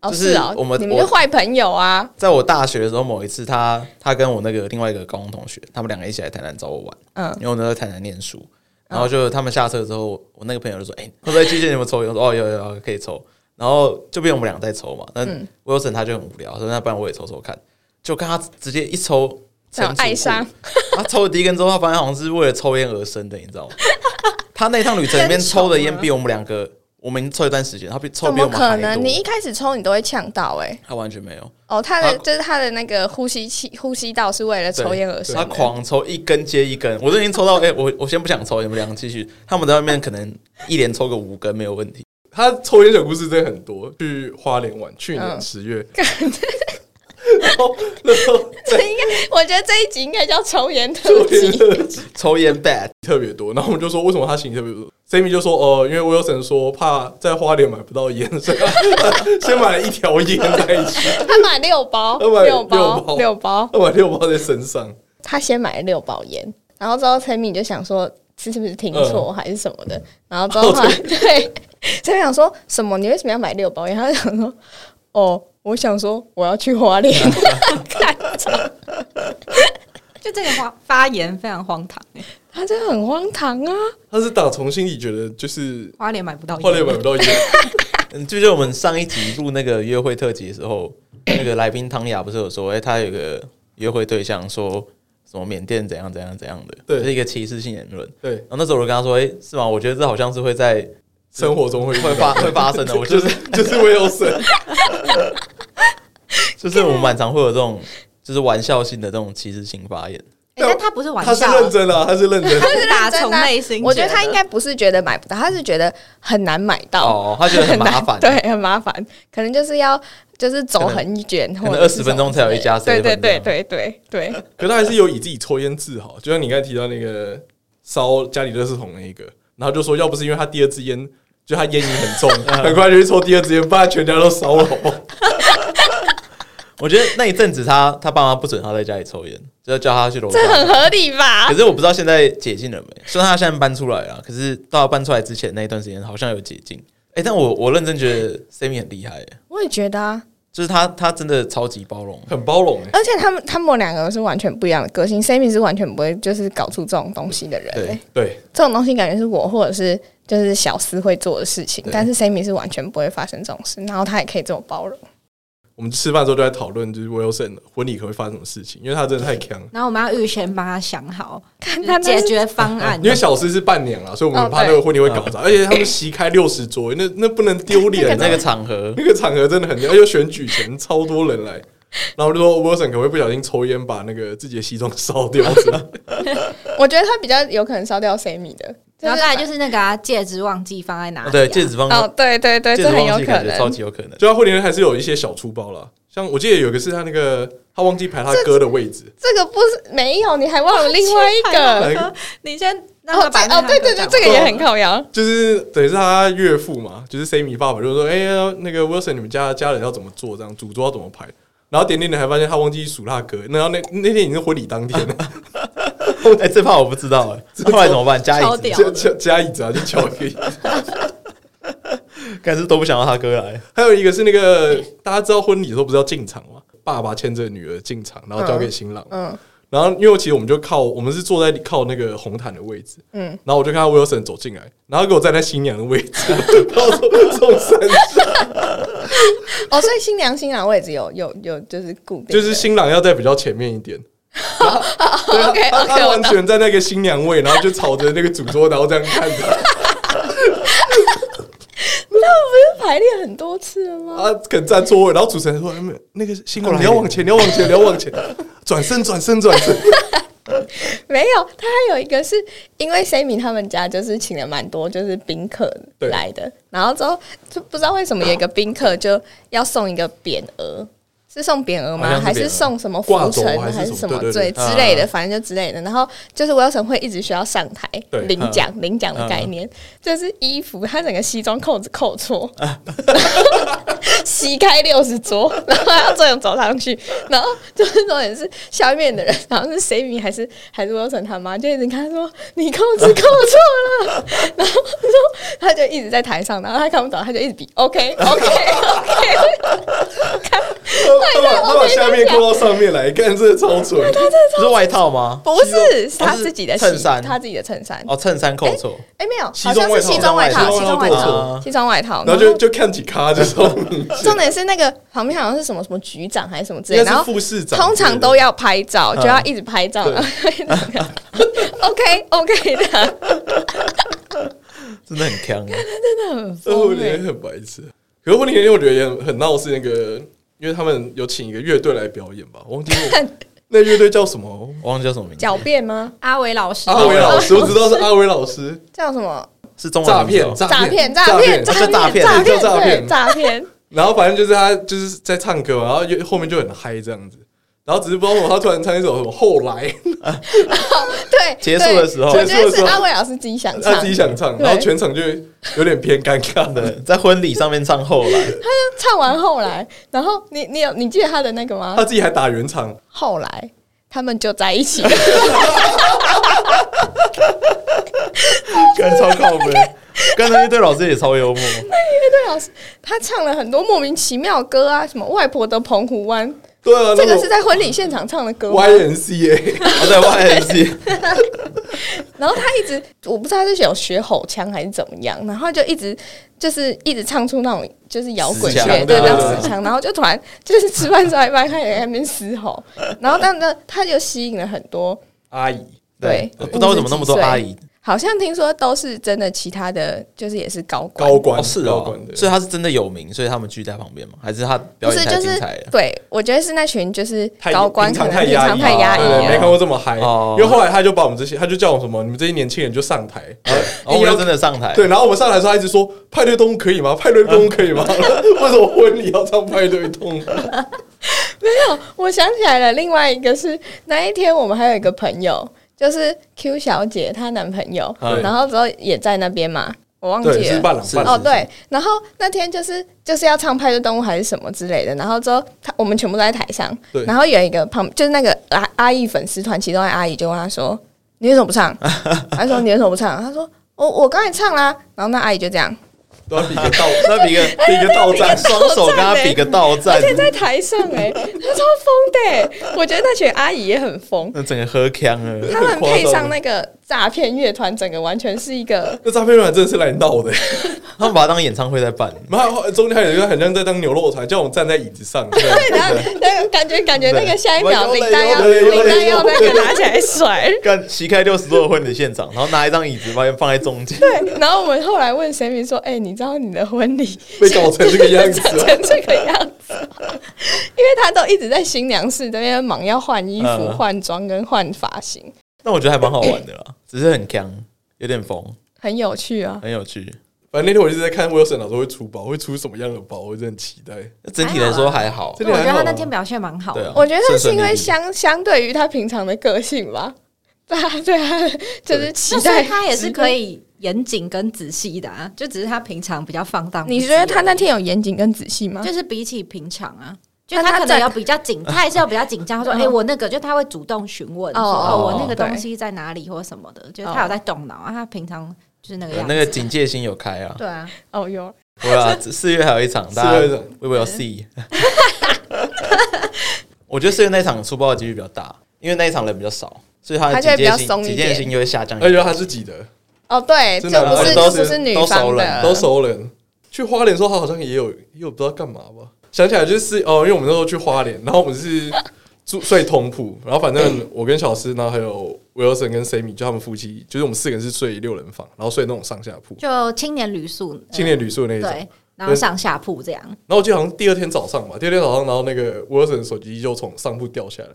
S5: 哦
S4: 就是
S5: 哦，
S4: 我们
S5: 你们
S4: 我
S5: 就坏朋友啊，
S4: 在我大学的时候，某一次他他跟我那个另外一个高中同学，他们两个一起来台南找我玩，
S5: 嗯
S4: 因为我那时候在台南念书，然后就他们下车之后，我那个朋友就说：“哎、他说在区间有没有抽烟？”我说：“哦，有有有，可以抽。”然后就变我们俩在抽嘛，那
S5: 嗯
S4: Wilson 他就很无聊，说：“那不然我也抽抽看。”就看他直接一抽，
S5: 这样爱上。
S4: 他抽了第一根之后，他发现好像是为了抽烟而生的，你知道吗？他那趟旅程里面抽的烟比我们两个，我们已经抽一段时间，他比抽
S5: 怎
S4: 比
S5: 么
S4: 我们还多。
S5: 可能？你一开始抽你都会呛到哎、
S4: 他完全没有，
S5: 哦，他的
S4: 他
S5: 就是他的那个呼吸器、呼吸道是为了抽烟而生
S4: 他
S5: 的。
S4: 狂抽一根接一根，我都已经抽到，哎、我我先不想抽，你们两个继续。他们在外面可能一连抽个五根没有问题，
S1: 他抽烟小故事真的很多，去花莲玩，去年
S5: 嗯
S1: 十 月。然后，然后
S5: 这
S1: 在
S5: 应该，我觉得这一集应该叫抽烟特
S1: 抽烟
S5: 辑。
S1: 特辑
S4: 抽烟 bad，
S1: 特别多，然后我们就说为什么他行李特别多？Sammy 就说哦、因为 Wilson 说怕在花莲买不到烟，所以他先买了一条烟在去，
S5: 他买六包，
S1: 他买
S5: 六
S1: 六包
S5: 包，六包，
S1: 他买六包在身上。
S5: 他先买了六包烟，然后之后 Sammy 就想说是是不是听错还是什么的，然后之后他对 Sammy 想说什么？你为什么要买六包烟？他就想说 哦，我想说我要去花莲，看
S2: 就这个发发言非常荒唐、欸，
S5: 他真的很荒唐啊！
S1: 他是打从心里觉得就是
S2: 花莲买不到烟，
S1: 花莲买不到烟，
S4: 你记不记嗯得我们上一集录那个约会特辑的时候，那个来宾汤雅不是有说，哎、他有一个约会对象说什么缅甸怎样怎样怎样的，
S1: 对
S4: 就是一个歧视性言论。
S1: 对，
S4: 然后那时候我就跟他说，哎、是吗？我觉得这好像是会在
S1: 生活中会遇
S4: 会
S1: 到
S4: 发会发生的，我就
S1: 就是是就是为了生，
S4: 就是我们蛮常会有这种就是玩笑性的这种歧视性发言。
S2: 欸但他不是玩
S1: 他是
S2: 笑啊，
S1: 认真的啊，他是认真的，
S2: 是打从内心
S5: 我觉得他
S2: 应
S5: 应该不是觉得买不到，他是觉得很难买到，
S4: 哦他觉得很麻烦
S5: 对，很麻烦，可能就是要就是走很远，
S4: 可能
S5: 或者是
S4: 20分钟才有一家
S5: 什么之类的
S4: seven
S5: 对对对对对对，
S1: 可是他还是有以自己抽烟自豪，就像你刚才提到那个烧家里垃圾桶那一个，然后就说要不是因为他第二支烟，就他烟瘾很重，很快就去抽第二支烟，不然全家都烧了，好不好？
S4: 我觉得那一阵子他他爸妈不准他在家里抽烟，就要叫他去楼下。
S5: 这很合理吧
S4: 可？是我不知道现在解禁了没，虽然他现在搬出来了，可是到他搬出来之前那一段时间好像有解禁。哎、但
S5: 嗯
S4: 我我认真觉得 Sammy 很厉害耶，
S5: 我也觉得啊，
S4: 就是他他真的超级包容。
S1: 很包容哎、
S5: 而且他们他们两个是完全不一样的个性，Sammy 是完全不会就是搞出这种东西的人、
S4: 对
S5: 欸，
S1: 对，
S5: 这种东西感觉是我或者是就是小思会做的事情
S4: 对，
S5: 但是 Sammy 是完全不会发生这种事，然后他也可以这么包容。
S1: 我们吃饭的时候就在讨论，就是 Wilson 的婚礼可能会发生什么事情，因为他真的太强。
S2: 然后我们要预先帮他想好
S5: 看他
S2: 解
S5: 那
S2: 决方案，
S1: 因为小诗是伴娘啦，所以我们很怕
S5: 哦
S1: 那
S5: 对
S1: 个婚礼会搞砸，而且他们席开六十桌，那那不能丢脸啊。
S4: 那个场 合，
S1: 那个场合真的很屌，而且选举前超多人来，然后我就说 Wilson 可能会不小心抽烟把那个自己的西装烧掉之类的，
S5: 我觉得他比较有可能烧掉 Sammy 的，
S2: 然后再来就是是那个、啊、戒指忘记放在哪里、啊，
S4: 对戒指放
S5: 哦，对对对，
S4: 戒
S5: 这
S4: 指
S5: 很有
S4: 忘记，
S5: 可
S4: 感觉超
S5: 能。
S4: 级有可能。
S1: 就他婚礼还是有一些小粗包啦，像我记得有一个是他那个他忘记排他哥的位置，
S5: 这个不是没有，你还忘了另外一
S1: 忘
S5: 个
S1: 了。
S2: 你先让他
S5: 哦，这
S2: 把那
S5: 哦，对对对，这个也很靠腰。
S1: 就是等于是他岳父嘛，就是 Sammy 爸爸就说：“哎、呀，那个 Wilson，你们家家人要怎么做？这样主桌要怎么排？”然后点点点还发现他忘记数他哥，然后那那天已经是婚礼当天了，
S4: 哎、这怕我不知道哎，那后来怎么办？加
S2: 超
S4: 椅
S2: 屌
S4: 子，
S1: 加加加椅子啊，就敲一个椅子。
S4: 感觉都不想要他哥来。
S1: 还有一个是那个大家知道婚礼的时候不是要进场吗？爸爸牵着女儿进场，然后交给新郎。
S5: 嗯，
S1: 然后因为其实我们就靠我们是坐在靠那个红毯的位置，嗯
S5: 嗯，
S1: 然后我就看到 Wilson 走进来，然后给我站在新娘的位置， 然后说送三
S5: 哦，所以新娘新郎位置有有有就是固定的，
S1: 就是新郎要在比较前面一点。 对啊
S5: OK，OK，
S1: 他他
S5: 我
S1: 完
S5: 懂
S1: 全在那个新娘位，然后就朝着那个主桌，然后这样看着。
S5: 排练很多次了吗？
S1: 他可能站错位，然后主持人说哎：“没有那个新郎，你要往前，你要往前，你要往前，转身，转身，转身。
S5: 没有，他还有一个是因为 Sammy 他们家就是请了蛮多就是宾客
S1: 对
S5: 来的，然后之后就不知道为什么有一个宾客就要送一个匾额，是送匾额
S4: 好
S5: 吗？
S4: 像是匾额
S5: 还是送什么浮
S1: 挂轴
S5: 尘
S1: 还是
S5: 还
S1: 什
S5: 是
S1: 么
S5: 什么
S1: 对对
S5: 对
S4: 对
S5: 之类
S4: 啊
S1: 嗯
S5: 的，反正就之类的。然后就是 Wilson 会一直需要上台
S1: 对嗯
S5: 领奖，领奖
S4: 啊
S5: 的概念就是衣服，他整个西装扣子扣错，
S1: 啊
S5: 席开六十桌， 然后他要这样走上去，然后就是重点是下面的人，然后是 Sammy 还是还是 Wilson 他妈，就一直跟他说你扣子扣 错了，然后他说他就一直在台上，然后他看不懂，他就一直比 OK OK OK，
S1: 他把他把下面扣到上面来，干这超蠢。
S4: 是外套吗？
S5: 不是是他
S4: 他是
S5: 自己的
S4: 衬
S5: 西
S4: 衫
S5: 他自己的衬衫，
S4: 哦，衬衫扣错，
S5: 哎没有，
S1: 西
S5: 好
S1: 装
S5: 像
S1: 外套
S5: 是西装外套，
S1: 西
S5: 西
S1: 装
S5: 装
S1: 外
S5: 外
S1: 套
S5: 套，
S4: 啊
S5: 西装外套，
S1: 然后就就看几咖，就是说嗯
S5: 重点是那个旁边好像是什么什么局长还是什么之类
S1: 应
S5: 的，
S1: 该
S5: 然
S1: 是
S5: 后
S1: 副市长之类的，
S5: 通常都要拍照，
S4: 嗯
S5: 就要一直拍照。
S1: 对
S5: 然后一直看 OK OK 的，
S4: 真的很强。
S5: 很
S1: 这婚
S5: 疯
S1: 礼
S5: 欸
S1: 很白痴。可是婚礼那天我觉得也很很闹，是那个因为他们有请一个乐队来表演吧，我忘记 我那乐队叫什么。
S4: 我忘记叫什么名字，
S5: 狡辩吗？
S2: 阿伟老师，
S1: 阿伟老师，我知道是阿伟老师，
S5: 叫什么？
S4: 是中文
S1: 诈
S4: 名字
S1: 骗
S4: 哦，
S5: 诈
S1: 骗，
S5: 骗！诈骗！
S4: 诈骗
S5: 诈骗！
S1: 诈骗
S5: 诈骗！
S1: 诈骗
S5: 对诈骗！
S1: 然后反正就是他就是在唱歌嘛，然后就后面就很嗨这样子，然后只是不知道为什么他突然唱一首什么后来，
S5: 对，
S4: 结束
S5: 对
S4: 的时候
S5: 我 觉
S1: 结束
S5: 得
S1: 的时
S5: 是
S1: 候
S5: 阿伟老师自己想唱
S1: 他自己，想唱，
S5: 对
S1: 然后全场就有点偏尴尬 的。
S4: 对，在婚礼上面唱后来，
S5: 唱完后来，然后你你有你记得他的那个吗
S1: 他？自己还打圆场，
S5: 后来他们就在一起 了。
S4: 感觉超靠背。刚才那对老师也超幽默，
S5: 对，老师他唱了很多莫名其妙的歌啊，什么外婆的澎湖湾，
S1: 对啊，
S5: 这个是在婚礼现场唱的歌吗
S1: Y N C A，
S4: 哦我在 YNC，
S5: 然后他一直，我不知道他是有学吼腔还是怎么样，然后就一直就是一直唱出那种就是摇滚
S4: 死
S5: 乐
S4: 腔
S5: 对
S4: 对
S5: 这样
S4: 对对
S5: 子腔，然后就突然就是吃饭吃到一半，他也在那边嘶吼，然后但呢，他就吸引了很多
S1: 阿姨，
S5: 对，
S4: 我不知道为什么那么多阿姨
S5: 好像听说都是真的，其他的就是也是高官
S1: 高官
S4: 哦，是
S1: 高
S4: 哦
S1: 官，的，
S4: 所以他是真的有名，所以他们聚在旁边吗？还是他表
S5: 不
S4: 演
S5: 是
S4: 太
S5: 就
S4: 精
S5: 是
S4: 彩了？
S5: 对，我觉得是那群就是
S1: 太
S5: 高官
S1: 平
S5: 可
S1: 常
S5: 能
S1: 太
S5: 平
S1: 压
S5: 常
S1: 抑，
S4: 啊
S5: 太压抑啊
S1: 对
S5: 了
S1: 没看过这么嗨。
S4: 哦
S1: 因为后来他就把我们这些，他就叫我们什么，你们这些年轻人就上台，
S4: 然后哦我就真的上台，
S1: 对，然后我们上来的时候，他一直说派对动物可以吗？派对动物可以吗？ 为什么婚礼要唱派对 动物？
S5: 我想起来了，另外一个是那一天我们还有一个朋友，就是 Q 小姐她男朋友，
S1: 嗯
S5: 然后之后也在那边嘛，我忘
S1: 对，
S5: 记
S1: 是
S5: 了。
S1: 伴郎
S4: 是
S1: 伴
S5: 哦，
S1: 郎。
S5: 对，然后那天就是就是要唱派对动物还是什么之类的，然后之后他我们全部都在台上
S1: 对，
S5: 然后有一个旁就是那个阿阿姨粉丝团其中的阿姨就问他说：“你为什么不唱？” 他说：“你为什么不唱？”他说：“我我刚才唱啦。”然后那阿姨就这样，
S1: 都要比个倒，
S4: 那 比个
S1: 比个倒
S4: 站，
S1: 站。
S4: 双手跟他比个倒站
S5: 而，且在台上哎、欸，他超疯的、欸，我觉得那群阿姨也很疯。
S4: 那整个喝腔了。
S5: 他们配上那个诈骗乐团，整个完全是一个
S1: 那诈骗软真的是来闹的，
S4: 他们把它当演唱会在办，
S1: 然后中间还有一个很像在当牛肉肠，叫我们站在椅子上。对
S5: 对，然后那个感觉感觉那个下一秒
S4: 对
S5: 领带要
S1: 有嘞有嘞
S5: 领带要
S1: 有嘞
S5: 那个拿起来甩。
S4: 干旗开六十度的婚礼现场，然后拿一张椅子，把它放在中间，
S5: 对，然后我们后来问 Sammy 说：“哎、你知道你的婚礼
S1: 被搞 成这个样子哦啊
S5: 长成 这个样子吗？因为他都一直在新娘室这边忙要换衣服、
S4: 嗯
S5: 换装跟换发型，
S4: 那我觉得还蛮好玩的啦，只是很腔，有点疯，
S5: 很有趣啊。
S4: 很有趣。
S1: 反正那天我一直在看 Wilson 老师会出包，会出什么样的包，我真的很期待。
S4: 整体来说还好，啊
S1: 这
S2: 我
S1: 里
S2: 觉
S1: 还
S2: 得他
S1: 好
S2: 那
S1: 吗
S2: 天表现蛮好
S4: 对
S2: 的，
S4: 啊，
S5: 我觉得是因为
S4: 顺顺利利
S5: 相相对于他平常的个性吧， 他对他的就是期
S2: 那所
S5: 待
S2: 以他也是可。以严谨跟仔细的啊，就只是他平常比较放荡。
S5: 你觉得他那天有严谨跟仔细吗？
S2: 就是比起平常啊，就
S5: 那他
S2: 啊他可
S5: 在
S2: 能要比较 紧，他也是要比较紧张。他说：“
S5: 嗯
S2: 哎，我那个就他会主动询问，
S5: 哦
S2: 说
S5: 哦
S2: 哦，我那个
S5: 对
S2: 东西在哪里或什么的，就是他有在动脑啊。他平常就是那个
S4: 有
S2: 样
S4: 那个
S2: 子。
S4: 警戒心有开啊，
S2: 对啊，
S5: 哦哟，
S4: 对啊，四月还有一场，大
S1: 四月
S4: 家
S1: 的
S4: 会不会有 C？我觉得四月那一场出包的几率比较大，因为那一场人比较少，所以他的
S5: 他就会
S4: 警
S5: 比较
S4: 戒心
S5: 松一
S4: 警
S5: 点
S4: 戒心就会下降一
S1: 而哎
S4: 点。哎
S1: 且他是挤的，
S5: 哦对，就
S1: 真的
S5: 不是
S1: 而且都
S5: 就是不是女
S4: 都熟
S5: 方
S4: 人
S2: 啊
S5: 的，
S1: 都熟人。去花莲的时候，他好像也有也有不知道干嘛吧。想起来就是哦，因为我们那时候去花莲，然后我们是住睡同铺，然后反正我跟小诗，然后还有 Wilson 跟 Sammy，就他们夫妻，就是我们四个人是睡六人房，然后睡那种上下铺，
S2: 就青年旅宿，
S1: 青年旅宿那一
S2: 呃
S1: 种。
S2: 对，然后上下铺 这样。
S1: 然后我记得好像第二天早上吧，第二天早上，然后那个 Wilson 的手机就从上铺掉下来，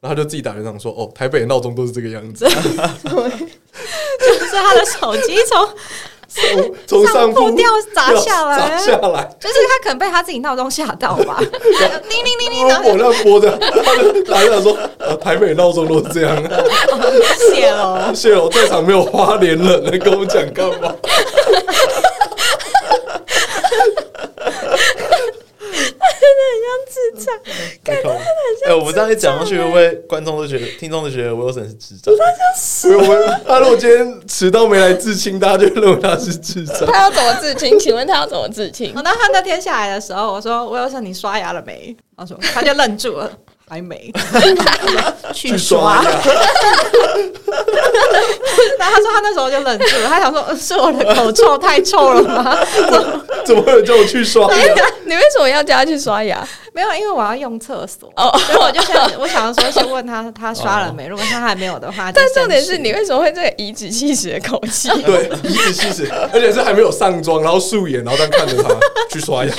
S1: 然后他就自己打圆场说：“哦，台北的闹钟都是这个样子，
S2: 就是他的手机从
S1: 从从
S2: 上
S1: 铺
S2: 铺掉砸下来
S1: 砸下来。”
S2: 就是他可能被他自己闹钟吓到吧， 叮铃铃铃，然后
S1: 哦我那播的，他就来了说，呃，台北闹钟都是这样。
S2: 谢了。
S1: 谢龙在场没有花莲人来跟我讲干嘛？
S5: 智障。
S4: 哎，我们这样一啊讲上去，会不会观众都觉得、听众都觉得 Wilson 是智障？
S1: 所以我们他如果今天迟到没来致亲，大家就认为他是智障。
S5: 他要怎么自清？请问他要怎么自 清？
S2: 然后他那天下来的时候，我说：“我有说你刷牙了没？”他说：“他就愣住了， 还没去
S1: 刷牙。
S2: 然后他说他那时候就忍住了，他想说呃是我的口臭太臭了吗？
S1: 怎么会有叫我去刷牙？
S5: 你为什么要叫他去刷牙？
S2: 没有，因为我要用厕所，
S5: 哦，
S2: 所以我就想我想说先问他他刷了没，如果他还没有的话，
S5: 但
S2: 就先
S5: 重点是
S2: 去
S5: 你为什么会这个颐指气使的口 气？
S1: 对，颐指气使，而且是还没有上妆，然后素颜，然后这样看着他去刷牙。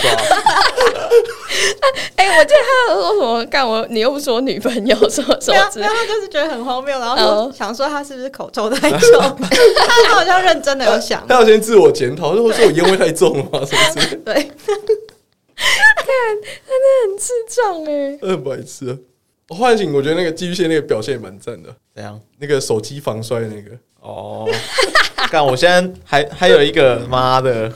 S5: 哎、我记得他有说什么干我，你又不是我女朋友，什么什
S2: 对
S5: 么
S2: 啊，
S5: 之类
S2: 然后他
S5: 的。
S2: 就是觉得很荒谬，然后说
S5: 嗯
S2: 想说他是不是口臭太重，他好像认真的有想，
S1: 他要先自我检讨，说说我烟味太重了吗？什么之类的，
S2: 对，
S5: 很智障哎、
S1: 呃，白痴啊。我唤醒，我觉得那个寄居蟹那个表现也蛮赞的，
S4: 怎 样？
S1: 那个手机防摔的那个。
S4: 哦，干！我现在还还有一个妈的，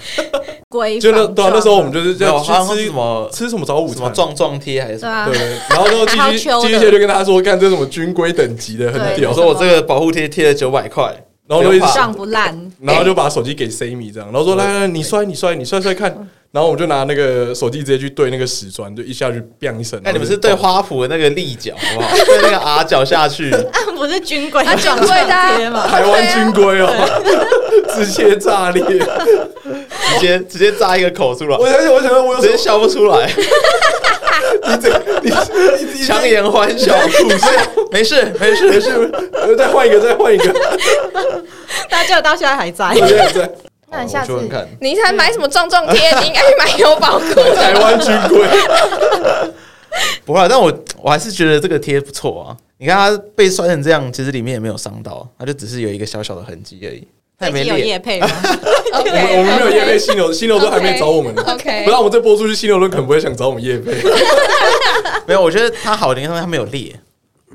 S2: 规
S1: 就那
S2: 范
S1: 对啊，那时候我们就是这
S4: 没有
S1: 样
S4: 好像
S1: 去吃
S4: 是什么
S1: 吃什么早午
S4: 什么
S1: 餐，
S4: 撞撞贴还是什
S2: 对啊，
S4: 么？
S1: 对，然后然后
S2: 还
S1: 继
S2: 有
S1: 续
S2: 秋的
S1: 继续蟹就跟他说，干这什么军规等级的很
S2: 对
S1: 屌
S4: 我，说我这个保护贴贴了九百块，
S1: 然后就一直
S4: 不
S2: 啊
S4: 用怕
S2: 上不烂，
S1: 然后就把手机给 Sammy 这样，然后说来来，你摔你摔你摔摔看，然后我们就拿那个手机直接去对那个石砖，就一哦下去 biang 一声。
S4: 哎，你们是对花圃的那个立角好不 好？对那个 R 角下去，
S2: 不是军规
S5: 啊军
S2: 撞
S5: 规的啊
S2: 上街嘛
S1: 台湾军规哦，直接炸裂！
S4: 直接直接炸一个口出来，
S1: 我想想，我想想，我有
S4: 直
S1: 什
S4: 接
S1: 么
S4: 笑不出来，
S1: 你这你你你
S4: 强颜欢笑，没事没事没
S1: 没
S4: 事，
S1: 事，呃再换一个，再换一个，
S2: 大家到现在还在。
S1: 对对对，
S2: 那你下次
S4: 我去问看
S5: 你才买什么壮壮贴？ 你应该买有保护
S1: 台
S5: 的。
S1: 湾军规，
S4: 不会啊，但我我还是觉得这个贴不错啊。你看它被摔成这样，其实里面也没有伤到，它就只是有一个小小的痕迹而已，它也
S2: 最
S4: 没
S2: 近有
S4: 裂。
S2: 夜配吗？
S1: 我们我们没有叶配犀牛，犀牛都还没找我们呢。
S5: OK，
S1: 不然我们这播出去，犀牛论可能不会想找我们叶配。
S4: 没有，我觉得它好的地方它没有裂，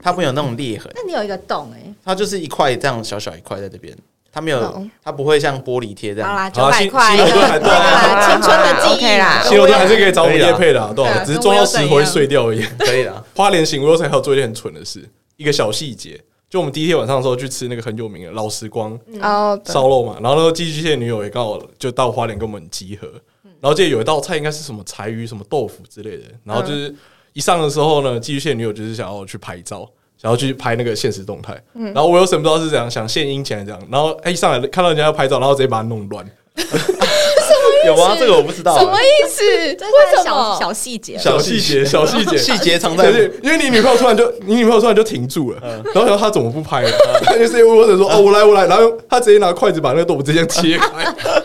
S4: 它没有那种裂痕，
S2: 那你有一个洞哎、
S4: 它就是一块这样小小一块在这边，它没有
S5: 懂，
S4: 它不会像玻璃贴这
S2: 好
S4: 样。
S2: 啦，九
S1: 好啦
S2: 百
S1: 新
S2: 块，
S1: 新牛顿还
S2: 对啦，青春的记 忆啦。
S1: 犀牛都还是可以找我们叶配的啊，对
S2: 对
S1: 吧？
S2: 啊
S1: 只是撞到石头会碎掉而已。
S4: 可以啦，
S1: 花莲醒我又才还有做一件很蠢的事，一个小细节，就我们第一天晚上的时候去吃那个很有名的老时光
S5: 哦，对
S1: 烧肉嘛，然后那时候寄居蟹女友也刚好就到花莲跟我们集合，然后记得有一道菜应该是什么柴鱼、什么豆腐之类的，然后就是一上的时候呢，寄居蟹女友就是想要去拍照。想要去拍那个现实动态，然后我有什么不知道是怎样，想献殷勤还是怎样，然后哎一上来看到人家要拍照，然后直接把它弄乱，
S4: 有吗？这个我不知道、
S5: 什么
S4: 欸，
S5: 意思？
S2: 这是
S5: 为什
S2: 小
S5: 么？
S2: 小细节？
S1: 小细节，小细节，
S4: 细节藏在
S1: 但是因为你女朋友突然就你女朋友突然就停住了，
S4: 嗯
S1: 然后想说她怎么不拍了， 她就是因为我想说哦我来我来，然后她直接拿筷子把那个豆腐直接切开，
S4: 嗯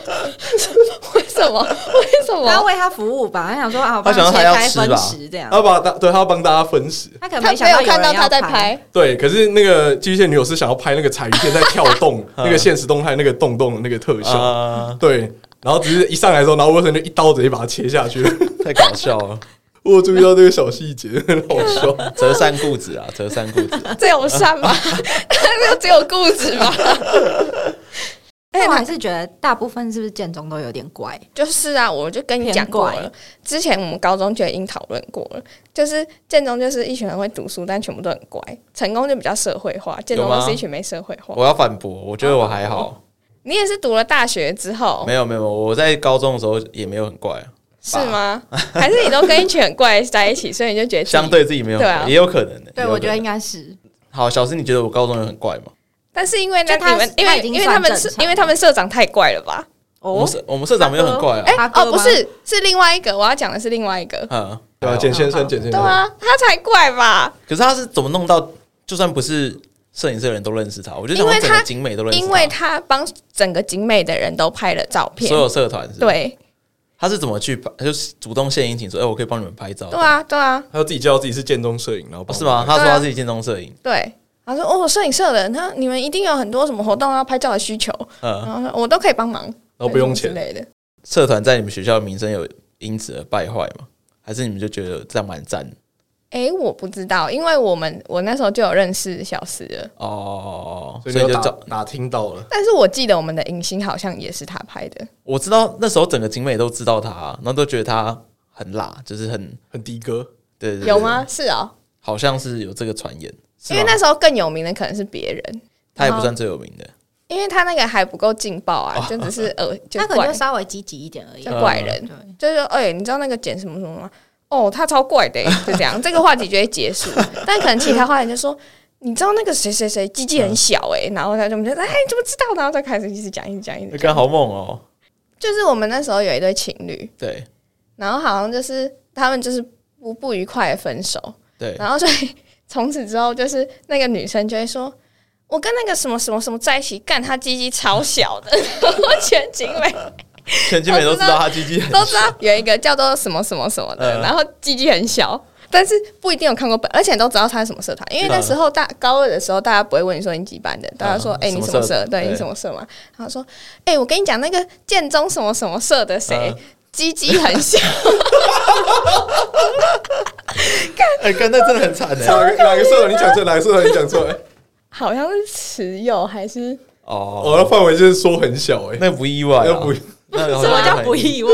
S5: 为什么？为什
S2: 他
S5: 么？
S2: 为他服务吧，他想说啊，我
S4: 他
S2: 帮
S4: 想
S2: 你
S4: 要
S2: 切
S4: 他要
S2: 开
S4: 吃吧哦
S2: 分食这样
S1: 然。后把大对她要帮大家分食，
S2: 他可能
S5: 他
S2: 想
S5: 没有看
S2: 到有
S5: 到
S2: 人要
S5: 他在拍，
S1: 对，可是那个机械女友是想要拍那个彩鱼片在跳动，
S4: 嗯
S1: 那个现实动态那个洞洞的那个特效，
S4: 啊、
S1: 对，然后只是一上来的时候，然后威森就一刀直接把它切下去，
S4: 太搞笑了，
S1: 我有注意到这个小细节，很好笑。
S4: 折扇固子啊，折扇固子，
S5: 这有善吗？ 这只有固执吗？
S2: 但我还是觉得大部分是不是建中都有点怪，
S5: 就是啊，我就跟你讲过
S2: 偏
S5: 了，之前我们高中就已经讨论过了，就是建中就是一群人会读书，但全部都很乖，成功就比较社会化，建中
S4: 有吗
S5: 就是一群没社会化。
S4: 我要反驳，我觉得我还好，
S5: 你也是读了大学之后
S4: 没有没有，我在高中的时候也没有很怪、啊，
S5: 是吗？ 还是你都跟一群很怪在一起，所以你就觉得自己
S4: 相？对自己没有很怪，
S5: 对啊
S4: 也有可能的、
S2: 对
S4: 也有可能
S2: 我觉得应该是
S4: 好，小诗，你觉得我高中有很怪吗？
S5: 但是因为那
S2: 就他
S5: 你们，因
S2: 他
S5: 为
S2: 已经
S5: 因为他们是
S2: 算正常
S5: 因为他们社长太怪了吧？
S4: 我们
S2: 哦，
S4: 社我们社长没有很怪啊
S5: 哎、，
S2: 他哥
S5: 哦，
S2: 吗
S5: 不是，是另外一个，我要讲的是另外一个。
S4: 嗯，
S1: 对啊，简先生，简先
S5: 对
S1: 生，
S5: 啊，他才怪吧？
S4: 可是他是怎么弄到，就算不是摄影社的人都认识他？我就想说
S5: 因为
S4: 整
S5: 他
S4: 个景美都认识
S5: 因为他帮整个景美的人都拍了照片
S4: 所，有社团是，，
S5: 对
S4: 他是怎么去把，就是主动献殷勤说，哎，我可以帮你们拍照，
S5: 对，啊，对啊。
S1: 他自己叫自己是建中摄影，然后
S4: 哦
S1: 帮
S4: 是
S1: 忙
S4: 吗？
S1: 拍
S4: 他说他自己建中摄影，
S5: 对，他说哦，摄影社的，他你们一定有很多什么活动要拍照的需求，
S4: 嗯，
S5: 然后说我都可以帮忙，
S1: 然后啊哦不用
S5: 之
S1: 钱，
S5: 类的。
S4: 社团在你们学校的名声有因此而败坏吗？还是你们就觉得这样蛮赞的？
S5: 诶，我不知道，因为我们我那时候就有认识小石了，
S4: 哦，
S1: 所
S4: 所
S1: 以
S4: 以
S1: 你就打
S4: 就找
S1: 打听到了。
S5: 但是我记得我们的影星好像也是他拍的，
S4: 我知道那时候整个景美都知道他，然后都觉得他很辣，就是很
S1: 很的哥，
S4: 对对对
S5: 有吗？？是哦，
S4: 好像是有这个传言，
S5: 因
S1: 哦
S5: 为那时候更有名的可能是别人，
S4: 他也不算最有名的。
S5: 因为他那个还不够劲爆
S1: 哦
S5: 啊，就只是呃，就
S2: 他可能
S5: 怪
S2: 就稍微积极一点而已
S4: 呃
S5: 就。怪
S1: 嗯
S5: 人，
S2: 对，
S5: 就是说哎、你知道那个剪什么什么吗？哦，他超怪的、就这 样，这个话题就会结束。但可能其他话题就说，你知道那个谁谁谁机器很
S4: 嗯
S5: 小哎、然后他就我们就哎，你怎么知道？然后再开始一直讲，一直讲，一直
S4: 那刚
S5: 讲。
S4: 好梦哦，
S5: 就是我们那时候有一对情侣，
S4: 对
S5: 然后好像就是他们就是不不愉快的分手，
S4: 对，
S5: 然后所以 从此之后，就是那个女生就会说。我跟那个什么什么什么在一起，干他鸡鸡超小的， 然后全景美
S4: 全景美都知道他鸡鸡很
S5: 都知道有一个叫做什么什么什么的，
S4: 嗯
S5: 然后鸡鸡很小，但是不一定有看过本，而且都知道他是什么社团，因为那时候大高二的时候，大家不会问你说你几班的，大家说哎、
S4: 嗯什
S5: 你
S4: 么
S5: 什么
S4: 社
S5: 社？对
S4: 对
S5: 你什么社嘛？然后说哎、我跟你讲那个建中什么什么社的谁
S4: 嗯
S5: 鸡鸡很小，
S4: 哎，跟那真的很惨哎。
S1: 哪个哪个社长你讲出来？哪个社长你讲出来？
S5: 好像是持有 还是
S1: 哦，那
S4: 哦，
S1: 范围就是缩很小哎，
S4: 那不意外啊，
S1: 那不
S4: 那
S2: 什么叫不意外？